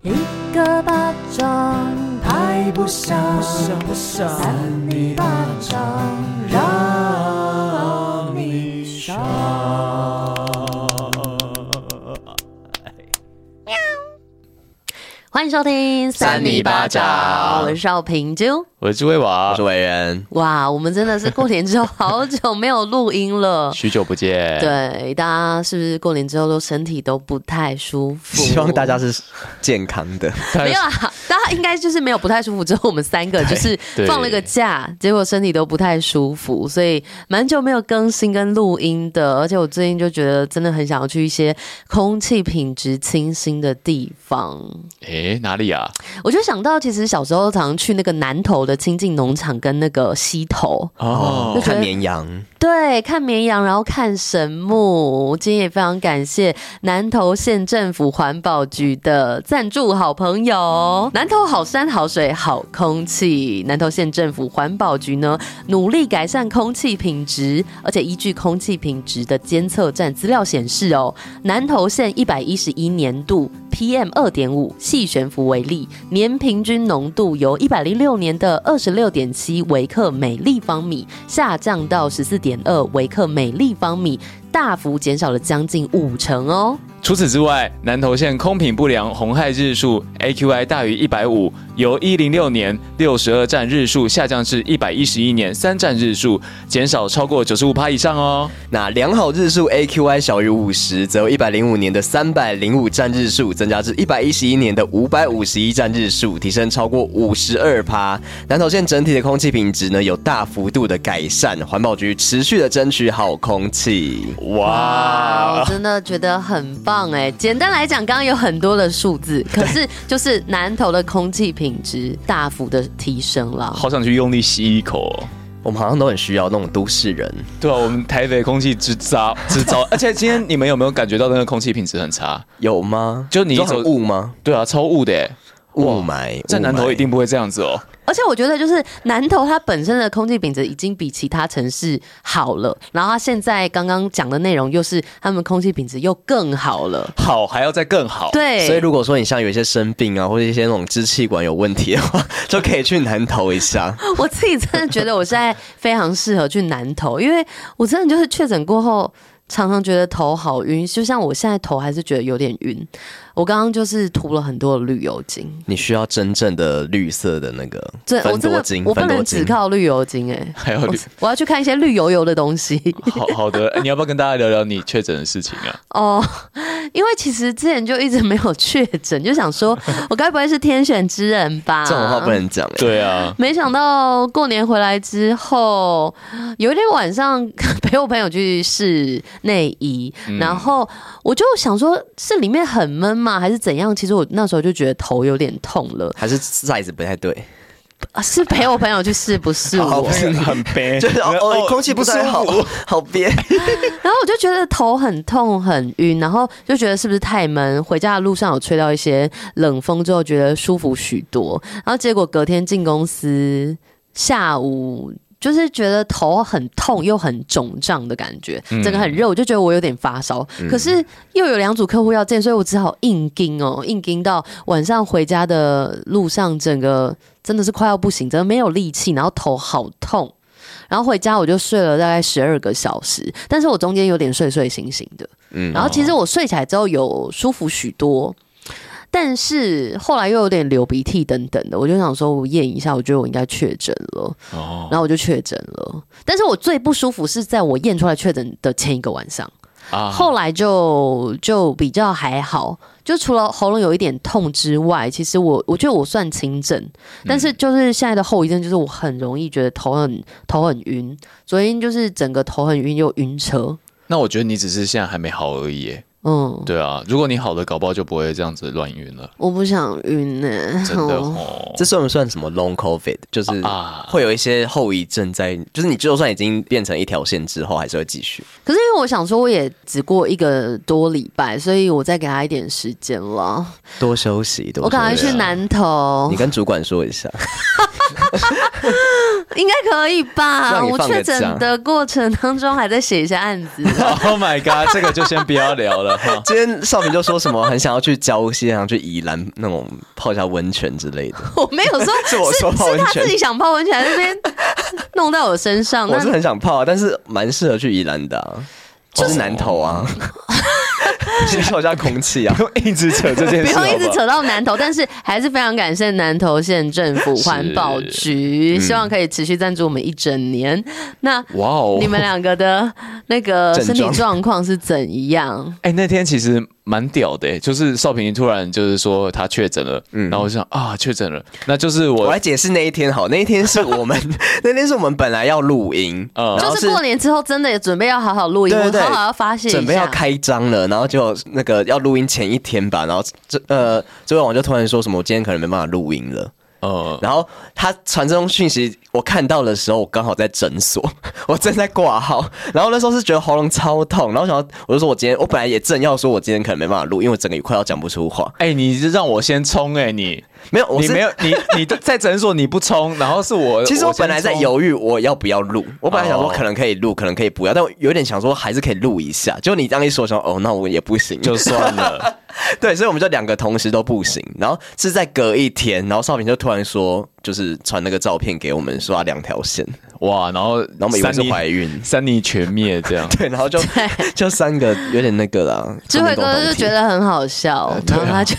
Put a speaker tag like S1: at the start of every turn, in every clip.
S1: 一个巴掌拍不响，三你巴掌让你爽。欢迎收听《
S2: 三你巴掌
S1: 我是邵平啾。
S2: 我是朱威
S3: 我
S2: 娃
S3: 是，伟人，
S1: 哇，啊我们真的是过年之后好久没有录音 了。
S2: 许久不见。，
S1: 对，大家是不是过年之后都身体都不太舒服？
S3: 希望大家是健康的。
S2: 但
S1: 没有啊，大家应该就是没有不太舒服。之后我们三个就是
S2: 对
S1: 放了个假，结果身体都不太舒服，所以蛮久没有更新跟录音的。而且我最近就觉得真的很想要去一些空气品质清新的地方。
S2: 诶，哪里啊？
S1: 我就想到，其实小时候常去那个南投的亲近农场跟那个溪头，
S2: 哦
S1: 就觉
S3: 哦，
S1: 得
S3: 看绵羊，
S1: 对，看绵羊，然后看神木。我今天也非常感谢南投县政府环保局的赞助，好朋友。南投好山好水好空气，南投县政府环保局呢努力改善空气品质，而且依据空气品质的监测站资料显示哦，南投县一百一十一年度 PM 二点五细悬浮为例，年平均浓度由一百零六年的二十六点七微克每立方米下降到十四点二微克每立方米，大幅减少了将近五成哦。
S2: 除此之外，南投县空品不良红害日数 AQI 大于一百五，由一零六年六十二站日数下降至一百一十一年三站日数，减少超过九十五趴以上哦。
S3: 那良好日数 AQI 小于五十，则由一百零五年的三百零五站日数增加至一百一十一年的五百五十一站日数，提升超过五十二趴。南投县整体的空气品质呢有大幅度的改善，环保局持续的争取好空气。
S1: 哇，哦我
S2: 哇，
S1: 真的觉得很棒哎！简单来讲，刚刚有很多的数字，可是就是南投的空气品质大幅的提升了。
S2: 好想去用力吸一口、哦。
S3: 我们好像都很需要那种都市人，
S2: 对啊，我们台北空气之糟之糟，而且今天你们有没有感觉到那个空气品质很差？
S3: 有吗？
S2: 就你
S3: 都
S2: 走
S3: 很雾吗？
S2: 对啊，超雾的耶，
S3: 雾霾
S2: 在南投一。
S3: 雾霾
S2: 定不会这样子哦。
S1: 而且我觉得，就是南投它本身的空气品质已经比其他城市好了，然后它现在刚刚讲的内容又是他们空气品质又更好了，
S2: 好，还要再更好。
S1: 对，
S3: 哦所以如果说你像有一些生病啊，或者一些那种支气管有问题的话， 就可以去南投一下。
S1: 我自己真的觉得我现在非常适合去南投，因为我真的就是确诊过后，常常觉得头好晕，就像我现在头还是觉得有点晕。我刚刚就是涂了很多的绿油精，
S3: 你需要真正的绿色的那个
S1: 这我
S3: 分
S1: 真
S3: 多
S1: 的
S3: 精，
S1: 我不
S3: 分多
S1: 能只
S3: 精。
S1: 靠绿油精哎、
S2: 还有
S1: 我
S2: 绿
S1: 我要去看一些绿油油的东西
S2: 好好 的，哎你要不要跟大家聊聊你确诊的事情啊？
S1: 哦， 因为其实之前就一直没有确诊，就想 说我该不会是天选之人吧？
S3: 这种话不能讲、欸，
S2: 对 啊，
S1: 没想到过年回来之后，有一天晚上 陪我朋友去试内衣，
S3: 嗯
S1: 然后我就想说，是里面很闷吗，还是怎样？其实我那时候就觉得头有点痛了，
S3: 还是 size 不太对，
S1: 啊是陪我朋友去试，不是
S3: 好
S1: 我。
S3: 不是
S2: 很悲，
S3: 就是 哦，哦空气不太好，好憋。
S1: 然后我就觉得头很痛很晕，然后就觉得是不是太闷？回家的路上有吹到一些冷风之后，觉得舒服许多。然后结果隔天进公司，下午就是觉得头很痛又很肿胀的感觉，整个很热，我就觉得我有点发烧。可是又有两组客户要见，所以我只好硬盯哦，硬盯到晚上回家的路上，整个真的是快要不行，真的没有力气，然后头好痛。然后回家我就睡了大概十二个小时，但是我中间有点睡睡醒醒的，
S3: 嗯
S1: 然后其实我睡起来之后有舒服许多，但是后来又有点流鼻涕等等的，我就想说我验一下，我觉得我应该确诊了，
S2: 哦，
S1: 然后我就确诊了。但是我最不舒服是在我验出来确诊的前一个晚上，
S2: 啊，
S1: 后来就就比较还好，就除了喉咙有一点痛之外，其实我我觉得我算轻症，但
S2: 嗯
S1: 是就是现在的后遗症就是我很容易觉得头很头很晕，昨天就是整个头很晕又晕车，
S2: 那我觉得你只是现在还没好而已耶。
S1: 嗯，
S2: 对啊，如果你好了，搞不好就不会这样子乱晕 了。
S1: 我不想晕呢、
S2: 真的
S1: 哦
S2: 哦，
S3: 这算不算什么 long covid？就是
S2: 啊
S3: 会有一些后遗症在，就是你就算已经变成一条线之后，还是会继续。
S1: 可是因为我想说，我也只过一个多礼拜，所以我再给他一点时间了。
S3: 多休息，多
S1: 我赶快
S3: 休息
S1: 去南投
S3: 你，跟主管说一下，
S1: 应该可以吧？
S3: 让你
S1: 我
S3: 放个
S1: 确诊
S3: 假
S1: 的过程当中还在写一些案子。
S2: Oh my god，这个就先不要聊了。了 哈。
S3: 今天少平就说什么很想要去礁溪，想要去宜兰那种泡一下温泉之类的。
S1: 我没有说，
S3: 是 我说泡
S1: 是
S3: 温
S1: 他
S3: 泉
S1: 自己想泡温泉，还是那边弄到我身上。
S3: 我是
S1: 哦那
S3: 很想泡啊，但是蛮适合去宜兰的、啊，就是南投啊，
S1: 哦
S3: 吸收一下空气啊。
S2: 不用一直扯这 件
S1: 不
S2: 事好好，
S1: 用一直扯到南投，但是还是非常感谢南投县政府环保局，
S3: 嗯
S1: 希望可以持续赞助我们一整年。那
S2: 哇哦！
S1: 你们两个的那个
S3: 症
S1: 身体
S3: 状
S1: 状况是怎样？
S2: 哎、那天其实蛮屌的、就是少平突然就是说他确诊了，然后我就想啊，确诊了，那就是
S3: 我
S2: 我
S3: 来解释那一天好，那一天是 我们那天是我们本来要录音，
S2: 嗯
S3: 然
S1: 就
S3: 后
S1: 是过年之后，真的也准备要好好录音，
S3: 哦对对对
S1: 我好好要发泄一下。
S3: 准备要开张了，然后就那个要录音前一天吧，然后这呃，昨晚我就突然说什么，我今天可能没办法录音了。
S2: 呃，
S3: 然后他传这种讯息，我看到的时候，我刚好在诊所， 我正在挂号。然后那时候是觉得喉咙超痛，然后想要，我就说我今天，我本来也正要说我今天可能没办法录，因为我整个也快要讲不出话。
S2: 哎、你是让我先冲哎、你
S3: 没有，我
S2: 你
S3: 是
S2: 没有你你在诊所你不冲，然后是我，
S3: 其实我
S2: 先
S3: 本来在
S2: 冲，
S3: 犹豫我要不要录，我本来想说
S2: 哦
S3: 可能可以录，可能可以不要，但我有点想说还是可以录一下。就你这样一说，我想哦，那我也不行，
S2: 就算了，
S3: 对，所以我们就两个同时都不行。然后是在隔一天，然后少平就突然说，就是传那个照片给我们，说他两条线，
S2: 哇，然后然
S3: 然后我们以为是怀孕。。
S2: 三尼全灭这样
S3: 对，然后就 就三个有点那个啦。
S1: 智慧哥就觉得很好笑，然后他就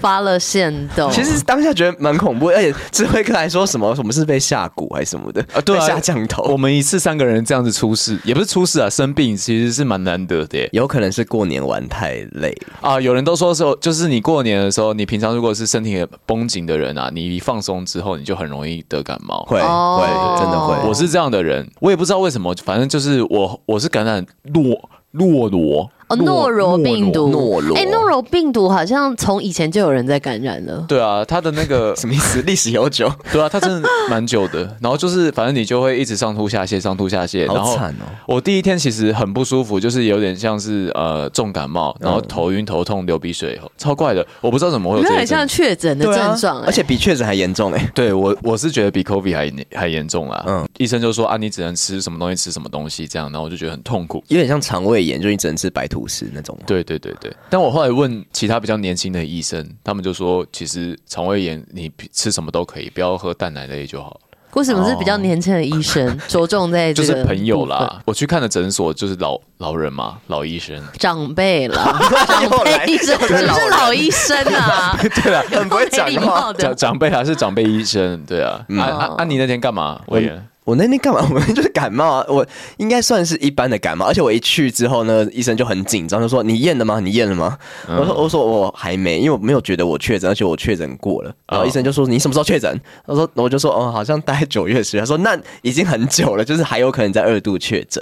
S1: 发了线动。
S3: 啊其实当下觉得蛮恐怖，而且智慧哥还说什么什么是被下蛊还是什么的，
S2: 对啊
S3: 被下降
S2: 我
S3: 头，
S2: 们一次三个人这样子出事，也不是出事啊，生病其实是蛮难得的耶
S3: 有可能是过年玩太累。
S2: 啊。有人都说说，就是你过年的时候，你平常如果是身体绷紧的人啊，你一放松之后，你就很容易得感冒。
S3: 会
S1: 哦
S3: 会真的会，
S2: 我是这样的人，我也不知道为什么，反正就是我我是感染诺诺罗
S1: 哦，诺罗病毒，
S3: 诺罗
S1: 哎，诺罗病毒好像从以前就有人在感染了。
S2: 对啊，他的那个
S3: 什么意思？历史悠 久，
S2: 对啊，他真的蛮久的。然后就是反正你就会一直上吐下泻，上吐下泻，然
S3: 好
S2: 后
S3: 惨哦。
S2: 我第一天其实很不舒服，就是有点像是呃重感冒，然后
S3: 嗯
S2: 头晕头痛、流鼻水，超怪的。我不知道怎么会有
S1: 你
S2: 这
S1: 们
S2: 些
S1: 很像
S2: 症。
S1: 确诊的
S3: 对啊
S1: 症状、哎
S3: 而且比确诊还严重哎。
S2: 对我，我是觉得比 COVID 还严还严重啦。
S3: 嗯
S2: 嗯，医生就说啊，你只能吃什么东西，吃什么东西这样，然后我就觉得很痛苦。
S3: 有点像肠胃炎，就你只能吃白吐司那种。
S2: 对对对对，但我后来问其他比较年轻的医生，他们就说，其实肠胃炎你吃什么都可以，不要喝蛋奶类就好。
S1: 为什么是比较年轻的医
S3: 哦
S1: 生，着重在
S2: 就
S1: 这个
S2: 是朋友
S1: 部分，
S2: 啦，我去看的诊所就是老老人嘛，老医生。
S1: 长辈啦， 长
S3: 又哦来
S1: 辈医生，
S3: 又
S1: 啊你
S3: 是老
S1: 是
S3: 人
S1: 老医生啊，
S2: 对啊，
S3: 很不会讲
S1: 没礼
S3: 话。
S1: 貌
S2: 长
S1: 的。
S2: 长辈还是长辈医生，对啊。
S1: 哦
S2: 啊啊啊！你那天干嘛？魏源
S3: 我那天干嘛？我们就是感冒啊，我应该算是一般的感冒。而且我一去之后呢，医生就很紧张，就说：“你验了吗？你验了吗？”我说：“我说我还没，因为我没有觉得我确诊，而且我确诊过了。”然后医生就说：“你什么时候确诊？”我说：“我就说哦，好像大概九月十。”他说：“那已经很久了，就是还有可能在二度确诊。”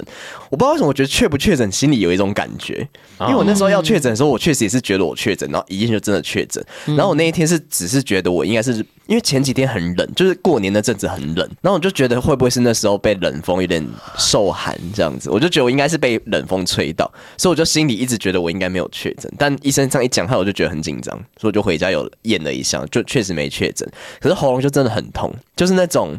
S3: 我不知道为什么，我觉得确不确诊心里有一种感觉，因为我那时候要确诊的时候，我确实也是觉得我确诊，然后一验就真的确诊。然后我那一天是只是觉得我应该是因为前几天很冷，就是过年那阵子很冷，然后我就觉得会不会是那时候被冷风有点受寒这样子，我就觉得我应该是被冷风吹到，所以我就心里一直觉得我应该没有确诊。但医生这样一讲，害我就觉得很紧张，所以我就回家有验了一下，就确实没确诊。可是喉咙就真的很痛，就是那种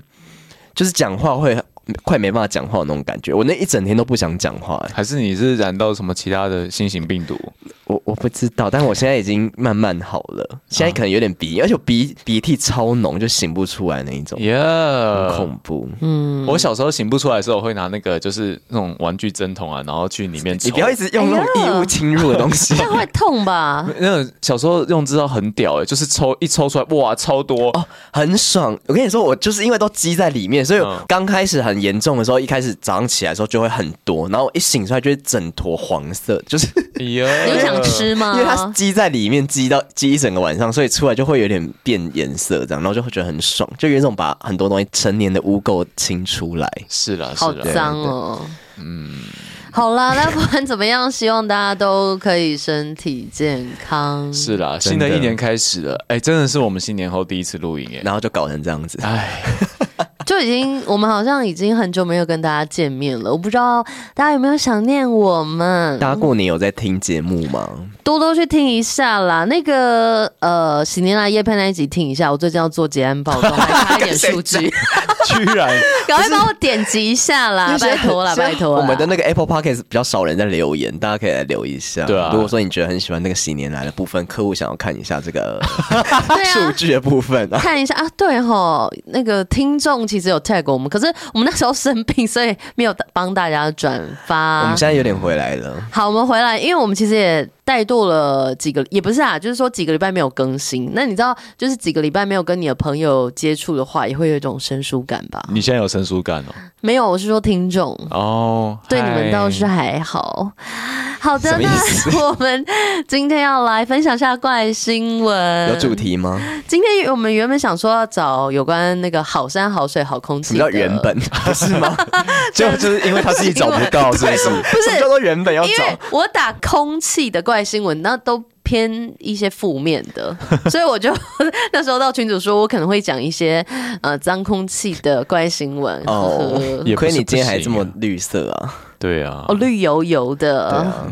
S3: 就是讲话会快没办法讲话的那种感觉。我那一整天都不想讲话、欸
S2: 还是你是染到什么其他的新型病毒？
S3: 我我不知道，但我现在已经慢慢好了，现在可能有点鼻，而且我鼻鼻涕超浓，就醒不出来那一种，
S2: 耶，
S3: 嗯
S2: 呃
S3: 很恐怖。
S1: 嗯
S2: 我小时候醒不出来的时候，我会拿那个就是那种玩具针筒啊，然后去里面抽。
S3: 你不要一直用那种异物侵入的东 西。
S1: 这样会痛吧？
S2: 那个小时候用知道很屌哎，就是抽一抽出来哇，超多
S3: 哦，很爽！我跟你说，我就是因为都积在里面，所以
S2: 嗯
S3: 刚开始很严重的时候，一开始早上起来的时候就会很多，然后我一醒出来就会整坨黄色，就是
S2: 耶！
S1: 你有想吃吗
S3: 哎 因为它？积在里面，积到积一整个晚上，所以出来就会有点变颜色，这样，然后就会觉得很爽，就有一种把很多东西成年的污垢清出来。
S2: 是啦，是
S1: 好
S3: 啊
S2: 啦。
S1: 脏哦。嗯，好啦，那不管怎么样，希望大家都可以身体健康。
S2: 是啦，
S3: 真
S2: 新
S3: 的
S2: 的一年开始了，哎、真的是我们新年后第一次录影哎，
S3: 然后就搞成这样子。
S2: 哎，
S1: 就已经，我们好像已经很久没有跟大家见面了。我不知道大家有没有想念我们，
S2: 嗯
S3: 大家过年有在听节目吗？
S1: 多多去听一下啦。那 个呃，喜年来叶佩那一集听一下，我最近要做结案报告，还差一点数据。
S2: 居然
S1: 赶快帮我点击一下啦，啊拜托啦，拜托啦！
S3: 我们的那个 Apple Podcast 比较少人在留言，大家可以来留一下。
S2: 对啊
S3: 如果说你觉得很喜欢那个十年来的部分，客户想要看一下这个
S1: 对啊
S3: 数据的部分啊，
S1: 看一下啊，对吼，那个听众其实有 tag 我们，可是我们那时候生病，所以没有帮大家转
S3: 我
S1: 发
S3: 们。现在有点回来了。
S1: 好，我们回来，因为我们其实也怠惰了几个，也不是啊，就是说几个礼拜没有更新。那你知道，就是几个礼拜没有跟你的朋友接触的话，也会有一种生疏感吧？
S2: 你现在有生疏感
S1: 没有，我是说听众。
S2: 哦。 哦，
S1: 对你们
S2: 嗨
S1: 倒是还好。好的，
S3: 什么意思
S1: 那我们今天要来分享一下怪新闻。
S3: 有主题吗？
S1: 今天我们原本想说要找有关那个好山好水好空
S3: 什
S1: 气
S3: 么
S1: 的，
S3: 叫 原本？不是吗？
S2: 就就是因为他自己找不到，是不
S1: 不
S2: 是？
S3: 什么叫
S1: 是，
S3: 做原本要
S1: 因为
S3: 找？
S1: 我打空气的怪新闻，那都偏一些负面 的，所以我就 那时候到群主说，我可能会讲一些呃脏空气的怪新闻。
S3: 哦
S1: 哦，
S2: 也不是
S3: 亏你今天
S2: 不
S3: 还这
S2: 行啊
S3: 么绿色啊！
S2: 对啊
S1: 哦，，绿油油的。
S3: 对啊，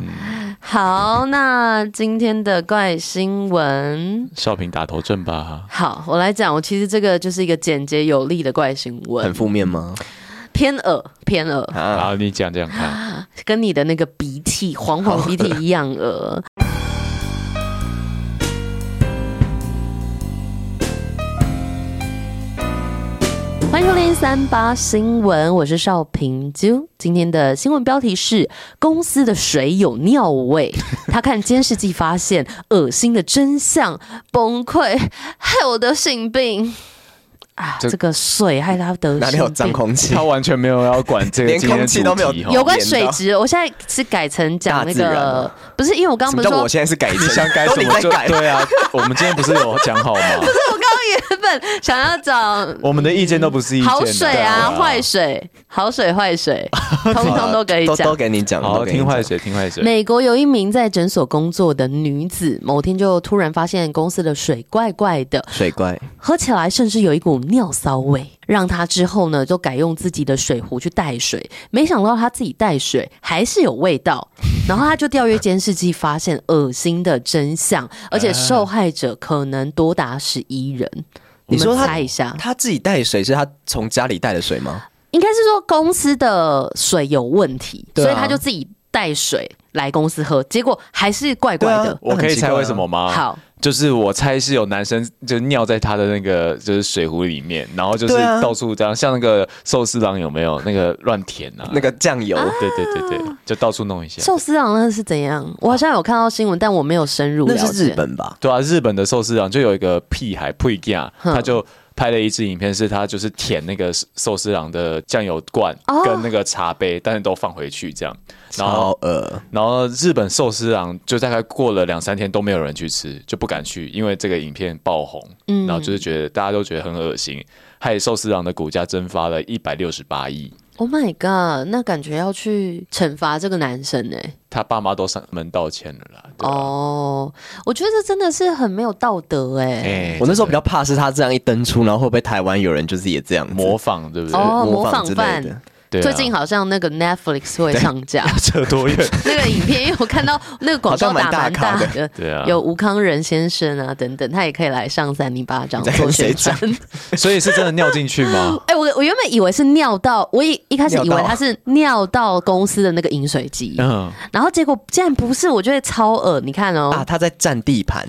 S1: 好，那今天的怪新闻。
S2: 少平打头阵吧。
S1: 好，我来讲，我其实这个就是一个简洁有力的怪新
S3: 很
S1: 闻，
S3: 负面吗？
S1: 偏恶偏恶，
S3: 啊，
S2: 好，你讲讲看，
S1: 跟你的那个鼻涕黄黄鼻涕一样呃恶。欢迎收听三八新闻，我是邵平啾。今天的新闻标题是：公司的水有尿 味，他看监视器发现恶心的真相，崩溃，害我得性病。啊，
S2: 这
S1: 这个水害他得
S3: 哪里
S1: 性
S3: 有
S1: 病
S3: 脏空气
S2: 他？完全没有要管 这个
S3: 连
S2: 今天
S3: 空
S2: 的
S3: 气都没有
S2: 主题哦
S1: 有关
S3: 连
S1: 水
S3: 到
S1: 质，我现在是改成讲
S3: 大
S1: 那
S3: 自然
S1: 个
S3: 啊，
S1: 不是因为我刚
S3: 什
S1: 刚
S3: 么
S1: 不是
S3: 叫
S1: 说
S3: 我现在是改
S2: 你
S3: 正？
S2: 想改
S3: 都
S2: 什
S3: 你
S2: 么
S3: 在
S2: 就
S3: 改
S2: 对啊。我们今天不是有讲好吗？
S1: 我刚刚原本想要找
S2: 我们的意见都不是意见，
S1: 好水啊、坏。水、好水、坏 水，通通都可以
S3: 都
S1: 讲
S3: 都。给你讲，
S2: 好，
S3: 都给你
S2: 听
S3: 讲
S2: 坏。水，听坏水。
S1: 美国有一名在诊所工作的女子，某天就突然发现公司的水怪怪的，
S3: 水怪，
S1: 喝起来甚至有一股尿骚味，让她之后呢就改用自己的水壶去带水，没想到她自己带水还是有味 道，然后她就调阅监视器，发现恶心的真相，而且受害者可能多达十一人。
S3: 你说
S1: 们
S3: 她
S1: 猜一下，
S3: 他自己带水是他从家里带的水吗？
S1: 应该是说公司的水有问题，
S3: 对啊
S1: 所以她就自己带水来公司喝，结果还是怪怪的。
S2: 我可以猜为什么
S3: 啊
S2: 吗？，
S1: 好，
S2: 就是我猜是有男生就尿在他的那个就是水壶里面，然后就是
S3: 对啊
S2: 到处这样，像那个寿司郎有没有那个乱舔啊？
S3: 那个酱油，
S2: 对对对
S1: 啊
S2: 对，就到处弄一下。
S1: 寿司郎那是怎样？我好像有看到新闻，但我没有深入了
S3: 那
S1: 解。
S3: 是日本吧？
S2: 对啊，日本的寿司郎就有一个屁孩屁酱，
S1: 哼
S2: 他就拍了一支影片，是他就是舔那个寿司郎的酱油罐
S1: 哦
S2: 跟那个茶杯，但是都放回去这样。然
S3: 超
S2: 后，
S3: 恶，
S2: 然后日本寿司郎就大概过了两三天都没有人去吃，就不敢去，因为这个影片爆红，
S1: 嗯
S2: 然后就是觉得大家都觉得很恶心，害寿司郎的股价蒸发了一百六十八亿。
S1: Oh my god！那感觉要去惩罚这个男生哎、
S2: 他爸妈都上门道歉了啦。对啊
S1: 哦，我觉得这真的是很没有道德哎、
S2: 哎
S3: 我那时候比
S2: 较
S3: 较怕是他这样一登出，然后会不会台湾有人就是也这样子
S2: 模仿，对不对？
S1: 哦
S3: 呃模仿
S1: 模仿
S3: 之类
S1: 犯
S3: 的？
S2: 对啊
S1: 最近好像那个 Netflix 会上 架
S2: 扯多远？
S1: 那个影片，因为我看到那个广告
S3: 好像蛮
S1: 打蛮
S3: 大咖
S1: 大
S3: 的
S1: 的，
S2: 对啊，
S1: 有吴康仁先生啊等等，他也可以来上三零巴掌
S3: 你在
S1: 做
S3: 跟
S1: 宣
S3: 谁
S1: 传。
S2: 所以是真的尿进去吗？
S1: 哎、我我原本以为是尿到，我一一开始以
S3: 尿
S1: 为
S3: 到
S1: 他是尿到公司的那个饮水机，
S2: 嗯，
S1: 然后结果竟然不是，我觉得超恶。你看哦，
S3: 啊，他在占地盘，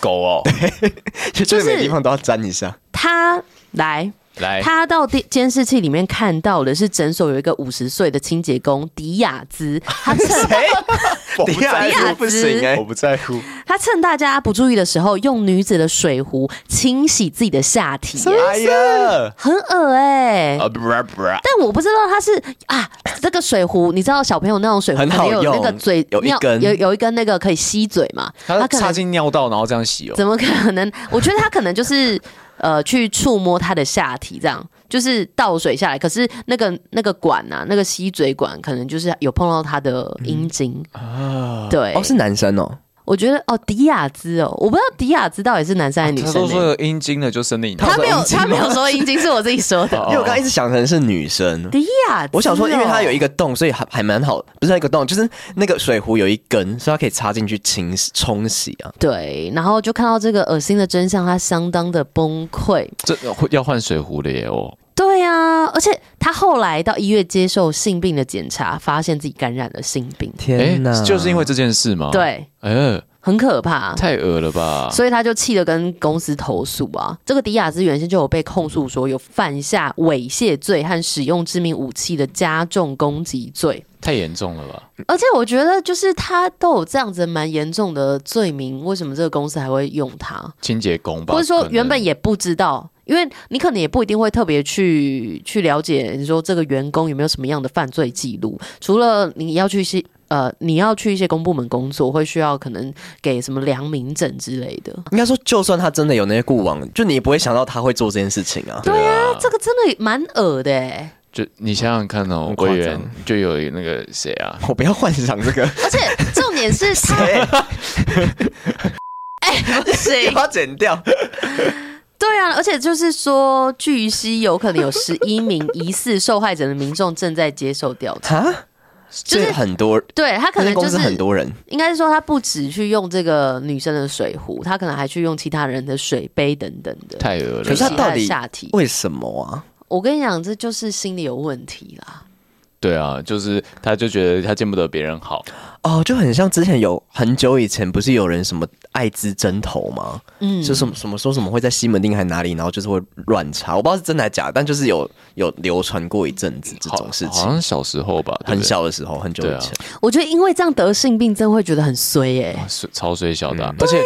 S2: 狗哦，
S3: 就是每个地方都要沾一 下。
S1: 他来
S2: 来，
S1: 他到电监视器里面看到的是诊所有一个五十岁的清洁工迪亚兹，他趁
S2: 我
S3: 迪亚
S1: 在乎
S3: 不行哎，
S2: 不在乎，
S1: 他趁大家不注意的时候，用女子的水壶清洗自己的下体、啊
S3: 哎呀，
S1: 很恶哎、
S3: 哦
S2: 啊不啦不啦，
S1: 但我不知道他是啊，这个水壶，你知道小朋友那种水壶
S3: 很好
S1: 可能有那个
S3: 用
S1: 嘴
S3: 有一
S1: 尿
S3: 根
S1: 有有一根那个可以吸嘴嘛，
S2: 他
S1: 可
S2: 插
S1: 能
S2: 进尿道然后这样洗哦，
S1: 怎么可能？我觉得他可能就是 呃去触摸他的下体，这样就是倒水下来。可是那个那个管啊，那个吸嘴管可能就是有碰到他的阴茎、对，
S3: 哦，是男生哦，
S1: 我觉得哦，迪亚兹哦，我不知道迪亚兹到底是男生还是女
S2: 他
S1: 生、
S2: 都
S1: 欸。
S2: 说有阴茎了就生理，
S1: 他没有，
S3: 他有说阴茎吗
S1: 他没有说阴茎，是我自己说 的。
S3: 因为我刚刚一直想成是女生。
S1: 迪亚兹哦，
S3: 我想说，因为它有一个洞，所以还还蛮好，不是一个洞，就是那个水壶有一根，所以它可以插进去清洗冲洗啊。
S1: 对，然后就看到这个恶心的真相，他相当的崩溃。
S2: 这要换水壶了耶哦，
S1: 对对啊，而且他后来到医院接受性病的检查，发现自己感染了性病，
S3: 天哪，
S2: 哎就是因为这件事吗？，
S1: 对，
S2: 呃，
S1: 很啊可怕。
S2: 太恶了吧？
S1: 所以他就气得跟公司投诉啊。这个迪亚兹原先就有被控诉说有犯下猥亵罪和使用致命武器的加重攻击罪，
S2: 太严重了吧？
S1: 而且我觉得就是他都有这样子蛮严重的罪名，为什么这个公司还会用他？
S2: 清洁工吧？
S1: 或者
S2: 可
S1: 说
S2: 能
S1: 原本也不知道，因为你可能也不一定会特别去去了解，你说这个员工有没有什么样的犯罪记录？除了你要去一些呃，你要去一些公部门工作，会需要可能给什么良民证之类的。
S3: 应该说，就算他真的有那些过往，就你也不会想到他会做这件事情啊。
S2: 对啊，
S1: 这个真的蛮恶的、欸，
S2: 就你想想看哦
S3: 很，夸张
S2: 委员就有那个谁啊，
S3: 我不要幻想这个，
S1: 而 且重点是他哎不行，
S3: 要剪掉。
S1: 对啊，而且就是说，据悉有可能有十一名疑似受害者的民众正在接受调查。
S3: 哈，
S1: 就是
S3: 这很多，
S1: 对他可
S3: 那
S1: 能
S3: 间
S1: 就
S3: 公
S1: 是嗯
S3: 司很多人，
S1: 应该是说他不止去用这个女生的水壶，他可能还去用其他人的水杯等等的。
S2: 太恶
S3: 可
S2: 了
S3: 是。他
S1: 就是
S3: 到底
S1: 下体，
S3: 为什么啊？
S1: 我跟你讲，这就是心理有问题啦。
S2: 对啊，就是他就觉得他见不得别人好，
S3: 哦，就很像之前有很久以前，不是有人什么艾滋针头吗？
S1: 嗯，
S3: 就什么什么说什么会在西门町还哪里，然后就是会乱查，我不知道是真的还假的，但就是有有流传过一阵子这
S2: 好
S3: 种事
S2: 好
S3: 情，
S2: 像小时候吧，对不
S3: 很
S2: 对，
S3: 小的时候，很久
S2: 对
S3: 以
S2: 啊
S3: 前。
S1: 我觉得因为这样得性病，真会觉得很衰哎、
S3: 哦
S2: 是超水小的啊，而且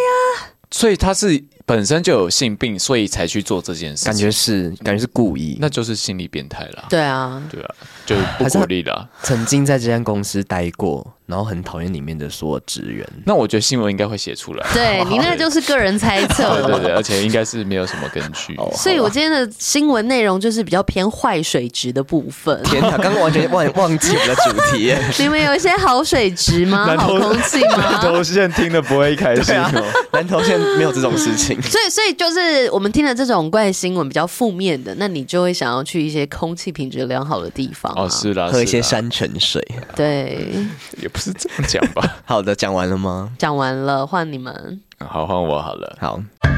S2: 所以他是本身就有性病，所以才去做这件事情，
S3: 感觉是感觉是故意。
S2: 那就是心理变态啦。
S1: 对 啊，
S2: 对啊，就不鼓励啦。
S3: 曾经在这间公司待过，然后很讨厌里面的所有职员。
S2: 那我觉得新闻应该会写出来，
S1: 对你那个就是个人猜测。
S2: 对对对，而且应该是没有什么根 据。
S3: 哦
S1: 所以，我今天的新闻内容就是比较偏坏水质的部分。
S3: 天哪，刚刚完全忘忘记我们的主题耶。
S1: 你们有一些好水质 吗？
S2: 难
S1: 好
S2: 道
S1: 空气吗？
S2: 现听的不会开
S3: 对啊，南投县没有这种事情。
S1: 所以，所以就是我们听了这种怪新闻比较负面的，那你就会想要去一些空气品质良好的地方、啊、
S2: 哦，是啦，
S3: 喝一些
S2: 是啦
S3: 山泉水。
S1: 对，
S2: 也不是这样讲吧。 嗯
S3: 好的，讲完了吗？
S1: 讲完了，换你们。
S2: 好，换我好了，
S3: 好，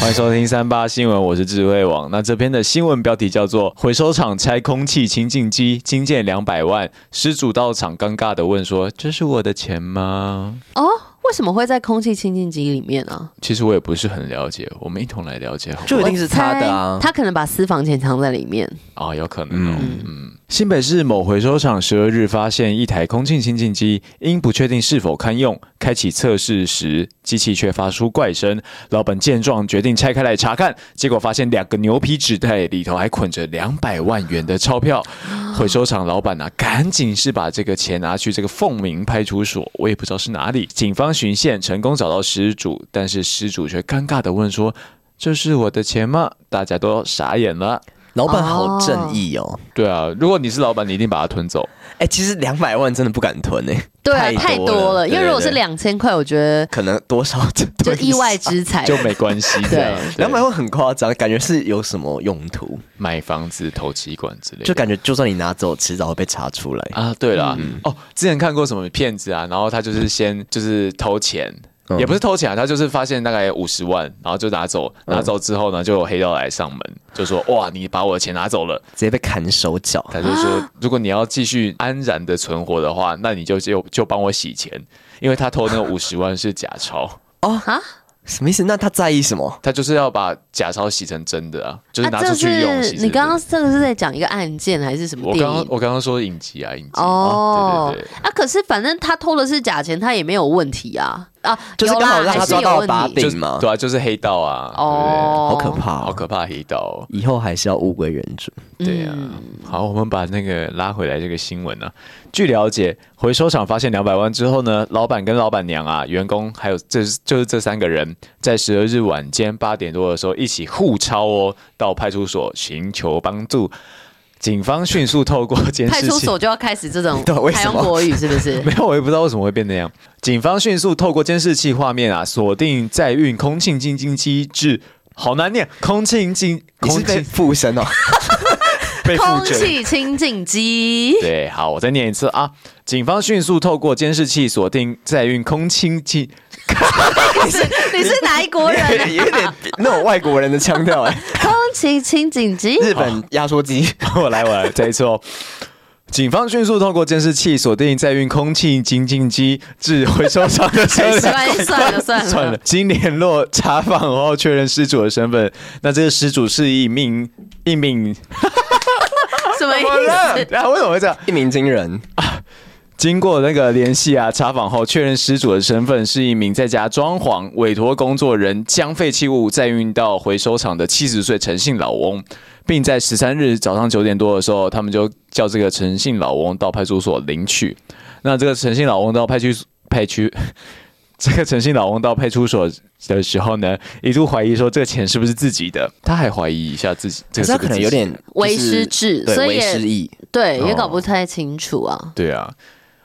S2: 欢迎收听三八新闻，我是智慧网。那这篇的新闻标题叫做“回收厂拆空气清净机，惊见两百万”，失主到场尴尬的问说：“这是我的钱吗
S1: 哦，为什么会在空气清净机里面啊？”？
S2: 其实我也不是很了解，我们一同来了解好不好
S3: 就一定是他的啊
S1: 我猜。他可能把私房钱藏在里面。
S2: 啊，有可能哦。嗯，新北市某回收厂十二日发现一台空气清净机，因不确定是否堪用，开启测试时，机器却发出怪声。老板见状，决定拆开来查看，结果发现两个牛皮纸袋里头还捆着两百万元的钞票。回收厂老板呢、赶紧是把这个钱拿去这个凤鸣派出所，我也不知道是哪里。警方巡线成功找到失主，但是失主却尴尬的问说：“这是我的钱吗？”大家都傻眼了。
S3: 老板好正义哦。
S2: 对啊，如果你是老板，你一定把它吞走。
S3: 哎，其实两百万真的不敢吞哎，
S1: 对啊，太
S3: 太多了
S1: 多了。因为如果
S3: 对对
S1: 是两千块，我觉得
S3: 可能多少就
S1: 就意外之 财。
S2: 就没关 系，这样对
S3: 两百万很夸张，感觉是有什么用途，
S2: 买房子、投机管之类的。
S3: 就感觉就算你拿走，迟早会被查出来。
S2: 啊，对啦，哦，之前看过什么骗子啊，然后他就是先就是偷钱，也不是偷钱啊，他就是发现大概五十万，然后就拿走，拿走之后呢，就有黑道来上门，就说哇，你把我的钱拿走 了，
S3: 直接被砍手脚。
S2: 他就说如果你要继续安然的存活的话，那你就就就帮我洗钱，因为他偷那个五十万是假钞，
S1: 啊
S3: 什么意思？那他在意什么？
S2: 他就是要把假钞洗成真的啊，就是
S1: 啊，
S2: 拿
S1: 这
S2: 出去用。洗
S1: 是
S2: 成
S1: 你
S2: 真的
S1: 刚刚这个是在讲一个案件还是什么
S2: 我
S1: 电
S2: 刚刚
S1: 影？
S2: 我刚刚说影集啊，影集
S1: 哦
S2: 对对对，
S1: 啊，可是反正他偷的是假钱，他也没有问题啊啊，
S3: 就是
S1: 有
S3: 刚好
S1: 啦
S3: 让
S1: 还
S3: 他
S1: 是
S3: 抓
S1: 有
S3: 到
S1: 问
S3: 把
S1: 题
S3: 柄
S2: 就是
S3: 嘛
S2: 对啊，就是黑道啊，哦，
S1: 哦，
S3: 好可怕
S2: 好
S3: 哦！
S2: 可怕的黑道，
S3: 以后还是要物归原主。
S1: 嗯
S2: 对啊。好，我们把那个拉回来这个新闻啊。据了解，回收厂发现两百万之后呢，老板跟老板娘啊，员工还有这就是这三个人，在十二日晚间八点多的时候一起互抄哦，到派出所寻求帮助。警方迅速透过监
S1: 派
S2: 视
S1: 出
S2: 器
S1: 所就要开始这种
S3: 对为
S1: 台
S3: 什
S1: 湾
S3: 么
S1: 国语是不是？
S2: 没有，我也不知道为什么会变那样。警方迅速透过监视器画面啊，锁定载运空气净净机至，好难念，空气净，
S3: 你
S2: 空
S3: 是被
S2: 气
S3: 附身哦？
S2: 被附
S1: 空
S2: 着。
S1: 气清净机，
S2: 对，好，我再念一次啊！警方迅速透过监视器锁定载运空气净，
S1: 你是 你是哪一国人啊？
S3: 有点那种外国人的腔调哎。
S1: 空气清紧 急，
S3: 日本压缩机，
S2: 我来，我来，这一次哦。警方迅速透过监视器锁定载运空气清净机至回收厂的车
S1: 没
S2: 辆。
S1: 关系， 算了算了
S2: 算了，经联络查访后确认失主的身份。那这个失主是一名一名，
S1: 什么意 思？
S2: 然后啊为什么会这样？
S3: 一鸣惊人。
S2: 经过那个联系啊，查访后确认失主的身份是一名在家装潢委托工作人，将废弃物再运到回收厂的七十岁陈姓老翁，并在十三日早上九点多的时候，他们就叫这个陈姓老翁到派出所领取。那这个陈姓老翁到派出派出， 这个陈姓老翁到派出所的时候呢，一度怀疑说这个钱是不是自己的，他还怀疑一下自己，这个
S3: 可是
S2: 是
S3: 他
S2: 不是
S3: 可能有
S2: 自己
S3: 点
S1: 为
S3: 就是
S1: 失智
S3: 对
S1: 所以
S3: 为
S1: 也
S3: 失忆。
S1: 对，也
S2: 哦
S1: 搞不太清楚啊。
S2: 对啊，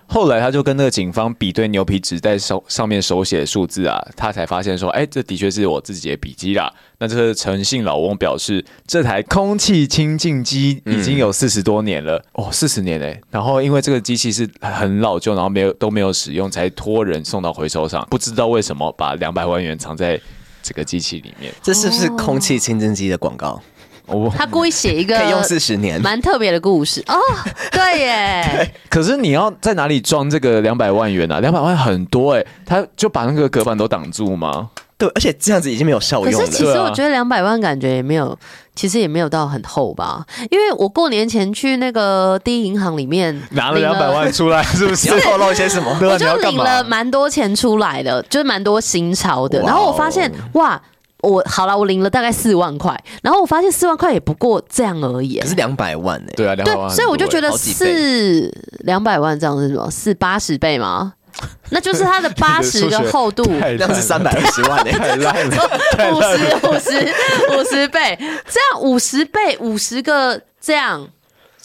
S2: 后来他就跟那个警方比对牛皮纸在手上面手写的数字啊，他才发现说，哎、这的确是我自己的笔记啦。那这个诚信老翁表示，这台空气清净机已经有四十多年了，哦，四十年嘞、然后因为这个机器是很老旧，然后没有都没有使用，才托人送到回收厂，不知道为什么把两百万元藏在这个机器里面。
S3: 这是不是空气清净机的广告？
S2: 我、
S1: 他故意写一个
S3: 可以用四十年。
S1: 蛮特别的故事哦，对耶，
S2: 可是你要在哪里装这个两百万元啊？两百万很多哎、他就把那个隔板都挡住吗？
S3: 对，而且这样子已经没有效
S1: 可
S3: 用
S1: 是其
S3: 了。
S1: 实
S2: 对
S1: 我
S2: 啊
S1: 觉得两百万感觉也没有，其实也没有到很厚吧，因为我过年前去那个第一银行里面
S2: 拿了
S1: 领
S2: 两百万出来，是不是
S3: 你？要透露一些什么？
S2: 对啊，
S1: 我
S2: 你
S1: 就
S2: 要干
S1: 领
S2: 嘛？
S1: 了蛮多钱出来的，就是蛮多新钞的。
S3: 哇哦
S1: 然后我发现，哇，我好了，我领了大概四万块，然后我发现四万块也不过这样而已
S3: 可。是两百万哎、
S2: 对啊，两
S1: 对
S2: 百万，很多欸，
S1: 所以我就觉得
S3: 好几倍
S1: 四两百万这样是什么？四八十倍 吗？那就是它的八十个厚度，
S2: 太
S3: 那
S2: 烂
S3: 样
S2: 了
S3: 是三百二十万 哎、
S2: 太烂了，
S1: 五十五十五十倍，这样五十倍五十个这样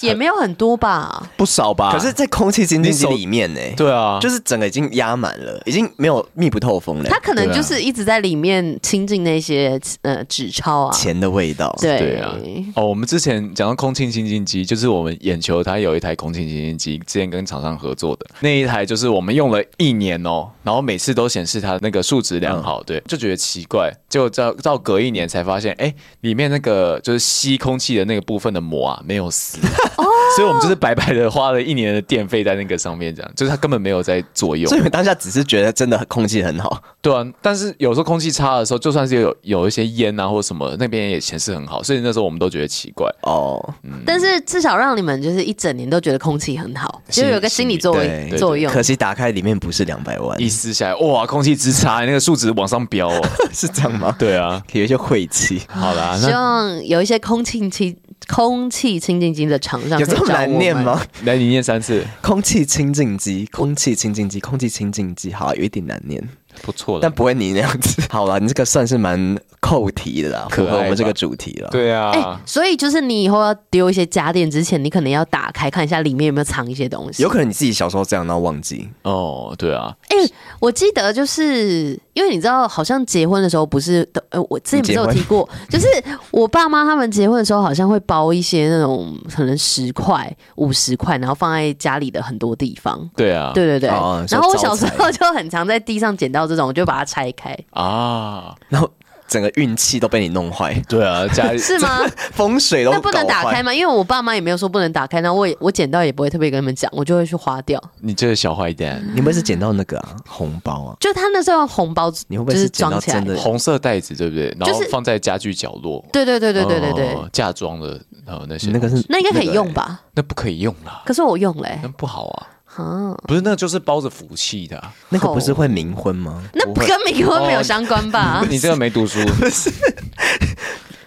S1: 也没有很多吧？
S2: 不少吧？
S3: 可是，在空气清净机
S2: 啊你手
S3: 里面呢、
S2: 对啊，
S3: 就是整个已经压满了，已经没有密不透风了
S1: 它。可能
S2: 对啊
S1: 就是一直在里面清净那些呃纸钞啊，
S3: 钱的味道，
S1: 对
S2: 对啊。哦，我们之前讲到空气清净机，就是我们眼球它有一台空气清净机，之前跟厂商合作的那一台，就是我们用了一年哦，然后每次都显示它那个数值良好，对，就觉得奇怪，结果到到隔一年才发现，哎，里面那个就是吸空气的那个部分的膜啊没有撕， 所以我们就是白白的花了一年的电费在那个上面，这样就是它根本没有在作用
S3: 所以。你们当下只是觉得真的空气很好，
S2: 对啊，但是有时候空气差的时候，就算是有有一些烟啊或什么，那边也显示很好，所以那时候我们都觉得奇怪。
S3: 哦，
S2: 嗯
S1: 但是至少让你们就是一整年都觉得空气很好，就有个心理作
S3: 对
S1: 为
S2: 对
S1: 作用
S3: 可。惜打开里面不是两百万，
S2: 一撕下来，哇，空气之差，那个数值往上飙哦。
S3: 是这样 吗？
S2: 对啊，
S3: 有一些晦气，
S2: 好啦，
S1: 希
S2: 那
S1: 望有一些空气清空气清净机的厂商
S3: 有
S1: 可以
S3: 这
S1: 找
S3: 么
S1: 我
S3: 难
S1: 们
S3: 念？吗？
S2: 来你念三次，
S3: 空气清净机，空气清净机，空气清净机，好，有一点难念，
S2: 不错
S3: 但
S2: 的。
S3: 不会你那样子。 好了，你这个算是蛮扣题的啦，
S2: 可
S3: 符
S2: 爱吧
S3: 合我们这个主题了。，
S2: 对啊，
S1: 哎、所以就是你以后要丢一些家电之前，你可能要打开看一下里面有没有藏一些东西
S3: 有。可能你自己小时候这样，然后忘记。
S2: 哦，对啊，
S1: 哎、我记得就是因为你知道，好像结婚的时候不是都，呃，我之前不是有提过，就是我爸妈他们结婚的时候，好像会包一些那种可能十块、五十块，然后放在家里的很多地方。
S2: 对啊，
S1: 对对对。
S3: 哦
S1: 然后我小
S3: 像招
S1: 时
S3: 财
S1: 候就很常在地上捡到这种，我就把它拆 开，
S2: 啊，
S3: 然后整个运气都被你弄坏，
S2: 对啊，家里
S1: 是吗？
S3: 风水都
S1: 那不能打开
S3: 吗？
S1: 吗？因为我爸妈也没有说不能打开，然后我也我捡到也不会特别跟他们讲，我就会去花掉。
S2: 你这个小坏蛋，
S3: 你会不会是捡到那个啊红包啊？
S1: 就他那时候用红包，
S3: 你会不会
S1: 就是
S3: 捡到
S1: 装起来
S3: 真？的
S2: 红色袋子对不对？然后
S1: 就是
S2: 放在家具角落。
S1: 对对对对对对对，
S2: 哦嫁妆的呃那些，
S3: 那个是
S1: 那应该可以
S3: 个哎
S1: 用吧？
S2: 那不可以用啦，
S1: 可是我用嘞、欸
S2: 那，不好啊，
S1: 啊
S2: 不是，那就是包着福气的啊、
S3: 那个不是会冥婚吗？
S1: 那
S2: 不会
S1: 跟冥婚
S3: 哦
S1: 没有相关 吧？
S2: 你这个没读书，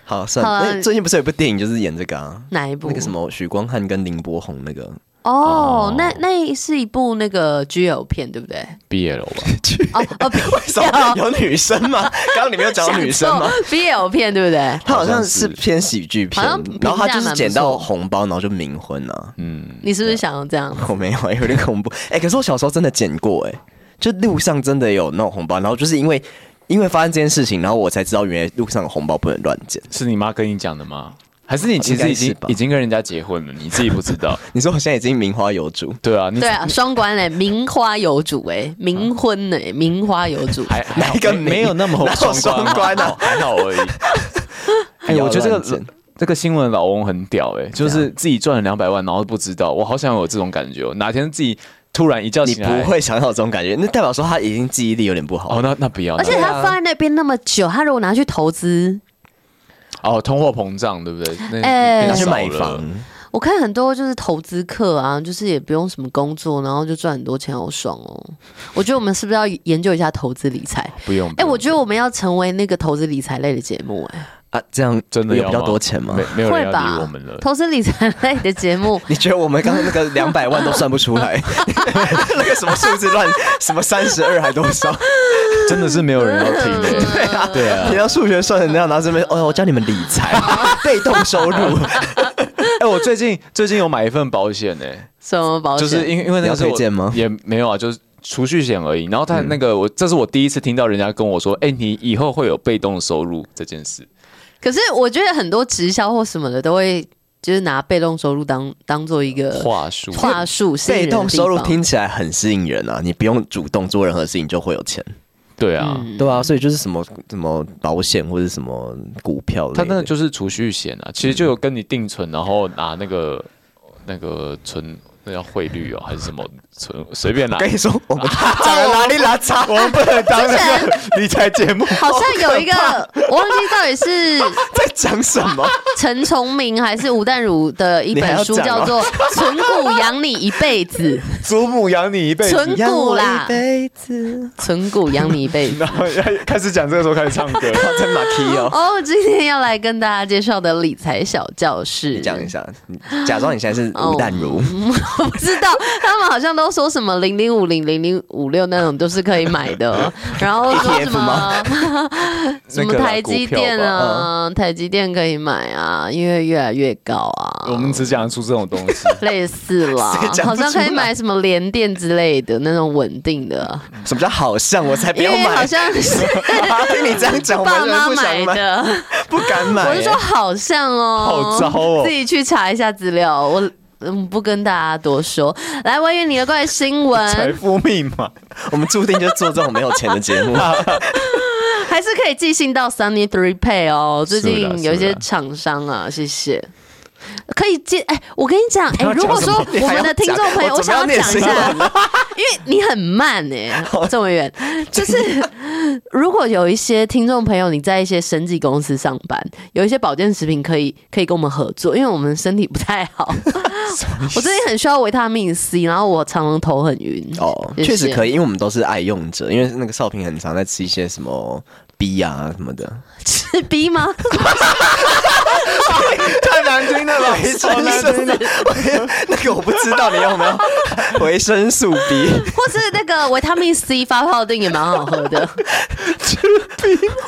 S3: 好，算
S1: 好啊
S3: 了。那哎最近不是有部电影就是演这个啊？
S1: 哪一部？
S3: 那个什？么许光汉跟林柏宏那 个，
S1: 哦
S2: 哦，
S1: 那那是一部那个 G L 片，对不对？
S2: 毕业了吧？
S1: 哦哦
S3: 什 么
S1: ，BL
S3: 有女生吗？ 刚刚你没有讲到女生吗？嗯
S1: ？BL 片对不对？
S3: 他好像是偏喜剧片
S1: 好像评，价
S3: 然后他就是捡
S1: 蛮
S3: 到
S1: 不
S3: 红包，然后就冥婚啊。
S2: 嗯
S1: 你是不是想要这样？
S3: 我没有，有点恐怖。 哎、可是我小时候真的捡过、哎，就路上真的有那种红包，然后就是因为因为发生这件事情，然后我才知道原来路上的红包不能乱捡。
S2: 是你妈跟你讲的吗？还是你其实已
S3: 应该是
S2: 经
S3: 吧
S2: 已经跟人家结婚了，你自己不知道？
S3: 你说我现在已经名花有主，
S2: 对啊，你
S1: 对啊，双关 嘞，名花有主哎，名婚哎，名花有主。
S2: 嗯 还还好
S3: 哪一个
S2: 没
S3: 名
S2: 没有那么
S3: 哪有双
S2: 关
S3: 关
S2: 嘛
S3: 啊
S2: 还好还好而已。 哎，我觉得这
S3: 不
S2: 个
S3: 要乱整
S2: 这个新闻老翁很屌哎、就是自己赚了两百万，然后不知道，我好想有这种感觉哦，哪天自己突然一觉
S3: 你
S2: 醒来，
S3: 不会想要有这种感觉，那代表说他已经记忆力有点不
S2: 哦，
S3: 好。
S2: 那那不要，
S1: 而且
S2: 那
S1: 他放在那边那么久，他如果拿去投资，
S2: 哦，通货膨胀对不对？那
S1: 哎
S2: 变
S3: 拿去
S2: 少
S3: 买
S2: 了
S3: 房，
S1: 我看很多就是投资客啊，就是也不用什么工作，然后就赚很多钱，好爽哦。我觉得我们是不是要研究一下投资理财？
S2: 不用。
S1: 哎、我
S2: 得
S1: 觉得我们要成为那个投资理财类的节目、哎，
S3: 啊，这样
S2: 真的
S3: 有
S2: 要
S3: 比较
S2: 吗
S3: 多钱吗，
S2: 没？没有
S1: 会
S2: 人要
S1: 吧
S2: 理我们 了。
S1: 投资理财类的节目
S3: 你觉得我们刚刚 那个两百万都算不出来， 那个什么数字 乱，什么三十二还多少？
S2: 真的是没有人要听 的、对啊，
S3: 你要数学算成那样，然后这边哦，我教你们理 财，被动收 入，
S2: 哎、我最近最近有买一份保险欸呢、
S1: 什么保险？
S2: 就是因为因为那
S3: 你
S2: 个
S3: 要
S2: 时候
S3: 推荐吗
S2: 也没有啊，就是储蓄险而已。然后他那个我，这是我第一次听到人家跟我说，哎、你以后会有被动收入这件事。
S1: 可是我觉得很多直销或什么的都会，就是拿被动收入当当做一个
S2: 话术，
S1: 话术，吸引
S3: 被
S1: 人的
S3: 动收入
S1: 地方
S3: 听起来很吸引人啊！你不用主动做任何事情就会有钱，
S2: 对啊，
S3: 对啊，所以就是什么什么保险或者什么股票类的，
S2: 他那个就是储蓄险啊，其实就有跟你定存，然后拿那个那个存。那叫汇率哦，还是什么存随便拿
S3: 我？跟你说，我们讲了哪里拉差，啊 我们不能当
S1: 那个
S3: 理财节目，
S1: 好像有一个，我忘记到底是
S3: 在讲什 么。
S1: 陈崇明还是吴淡如的一
S3: 你还
S1: 本
S3: 要
S1: 书，
S3: 讲
S1: 叫
S3: 哦
S1: 做《存股养你一辈 子
S2: 祖母养你一辈》，子，
S1: 存股啦
S3: 一，辈 子，
S1: 存股养你一辈 子。
S2: 然后开始讲这个时候开始唱 歌，
S3: 哇真马 key 哦。
S1: 哦，今天要来跟大家介绍的理财小教室，
S3: 你讲一下，你假装你现在是吴淡如，
S1: 我不知道，他们好像都说什么零零五零零零五六那种都是可以买 的，哦然后说什
S3: ETF E 吗
S1: 么 什么
S2: 那个啦
S1: 台积电
S3: 嗯
S1: 啊，台积电可以买啊，因为越来越高啊，
S2: 我们只讲得出这 种东西。
S1: 类似啦
S3: 谁，讲
S1: 好
S3: 不
S1: 像
S3: 出
S1: 可以
S3: 来
S1: 买什么联电之类的那种稳定的，
S3: 什么叫好像？我才 不
S1: 因
S3: 要
S1: 为好
S3: 买。
S1: 像是
S3: 听你这样讲，我
S1: 爸
S3: 完全
S1: 妈
S3: 不想
S1: 买
S3: 买，
S1: 的。
S3: 不敢 买。
S1: 我是说好像 哦，
S2: 好糟哦
S1: 自己去查一下资料，我。嗯，不跟大家多说。来，我远你的怪新
S2: 财
S1: 闻，
S2: 富密码，
S3: 我们注定就做这种没有钱的 节目。哦
S1: 还是可以寄信到 Sunny Three Pay 哦。最
S2: 是啦
S1: 近有一
S2: 是
S1: 些
S2: 啦
S1: 厂商啊，谢谢。可以寄哎、我跟你讲哎、如果说
S3: 你
S1: 我
S3: 还要
S1: 们的听众朋友，
S3: 讲
S1: 我想
S3: 我怎么
S1: 要讲
S3: 样念
S1: 一
S3: 新
S1: 下，
S3: 闻
S1: 因为你很慢哎、 这么远，就是 如果有一些听众朋友你在一些生技公司上班，有一些保健食品可以可以跟我们合作，因为我们身体不太好， 我最近很需要维他命 C，然后我常常头很晕。
S3: 哦，
S1: 谢谢
S3: 确 实可以，因为我们都是爱用者，因为那个少平很常在吃一些什么 B 啊什么的，
S1: 是 B 吗？
S2: 太难听了吧？
S3: 好难听的那个我不知道你有 没有维生素 B，
S1: 或是那个维他命 C 发泡定也蛮好喝 的。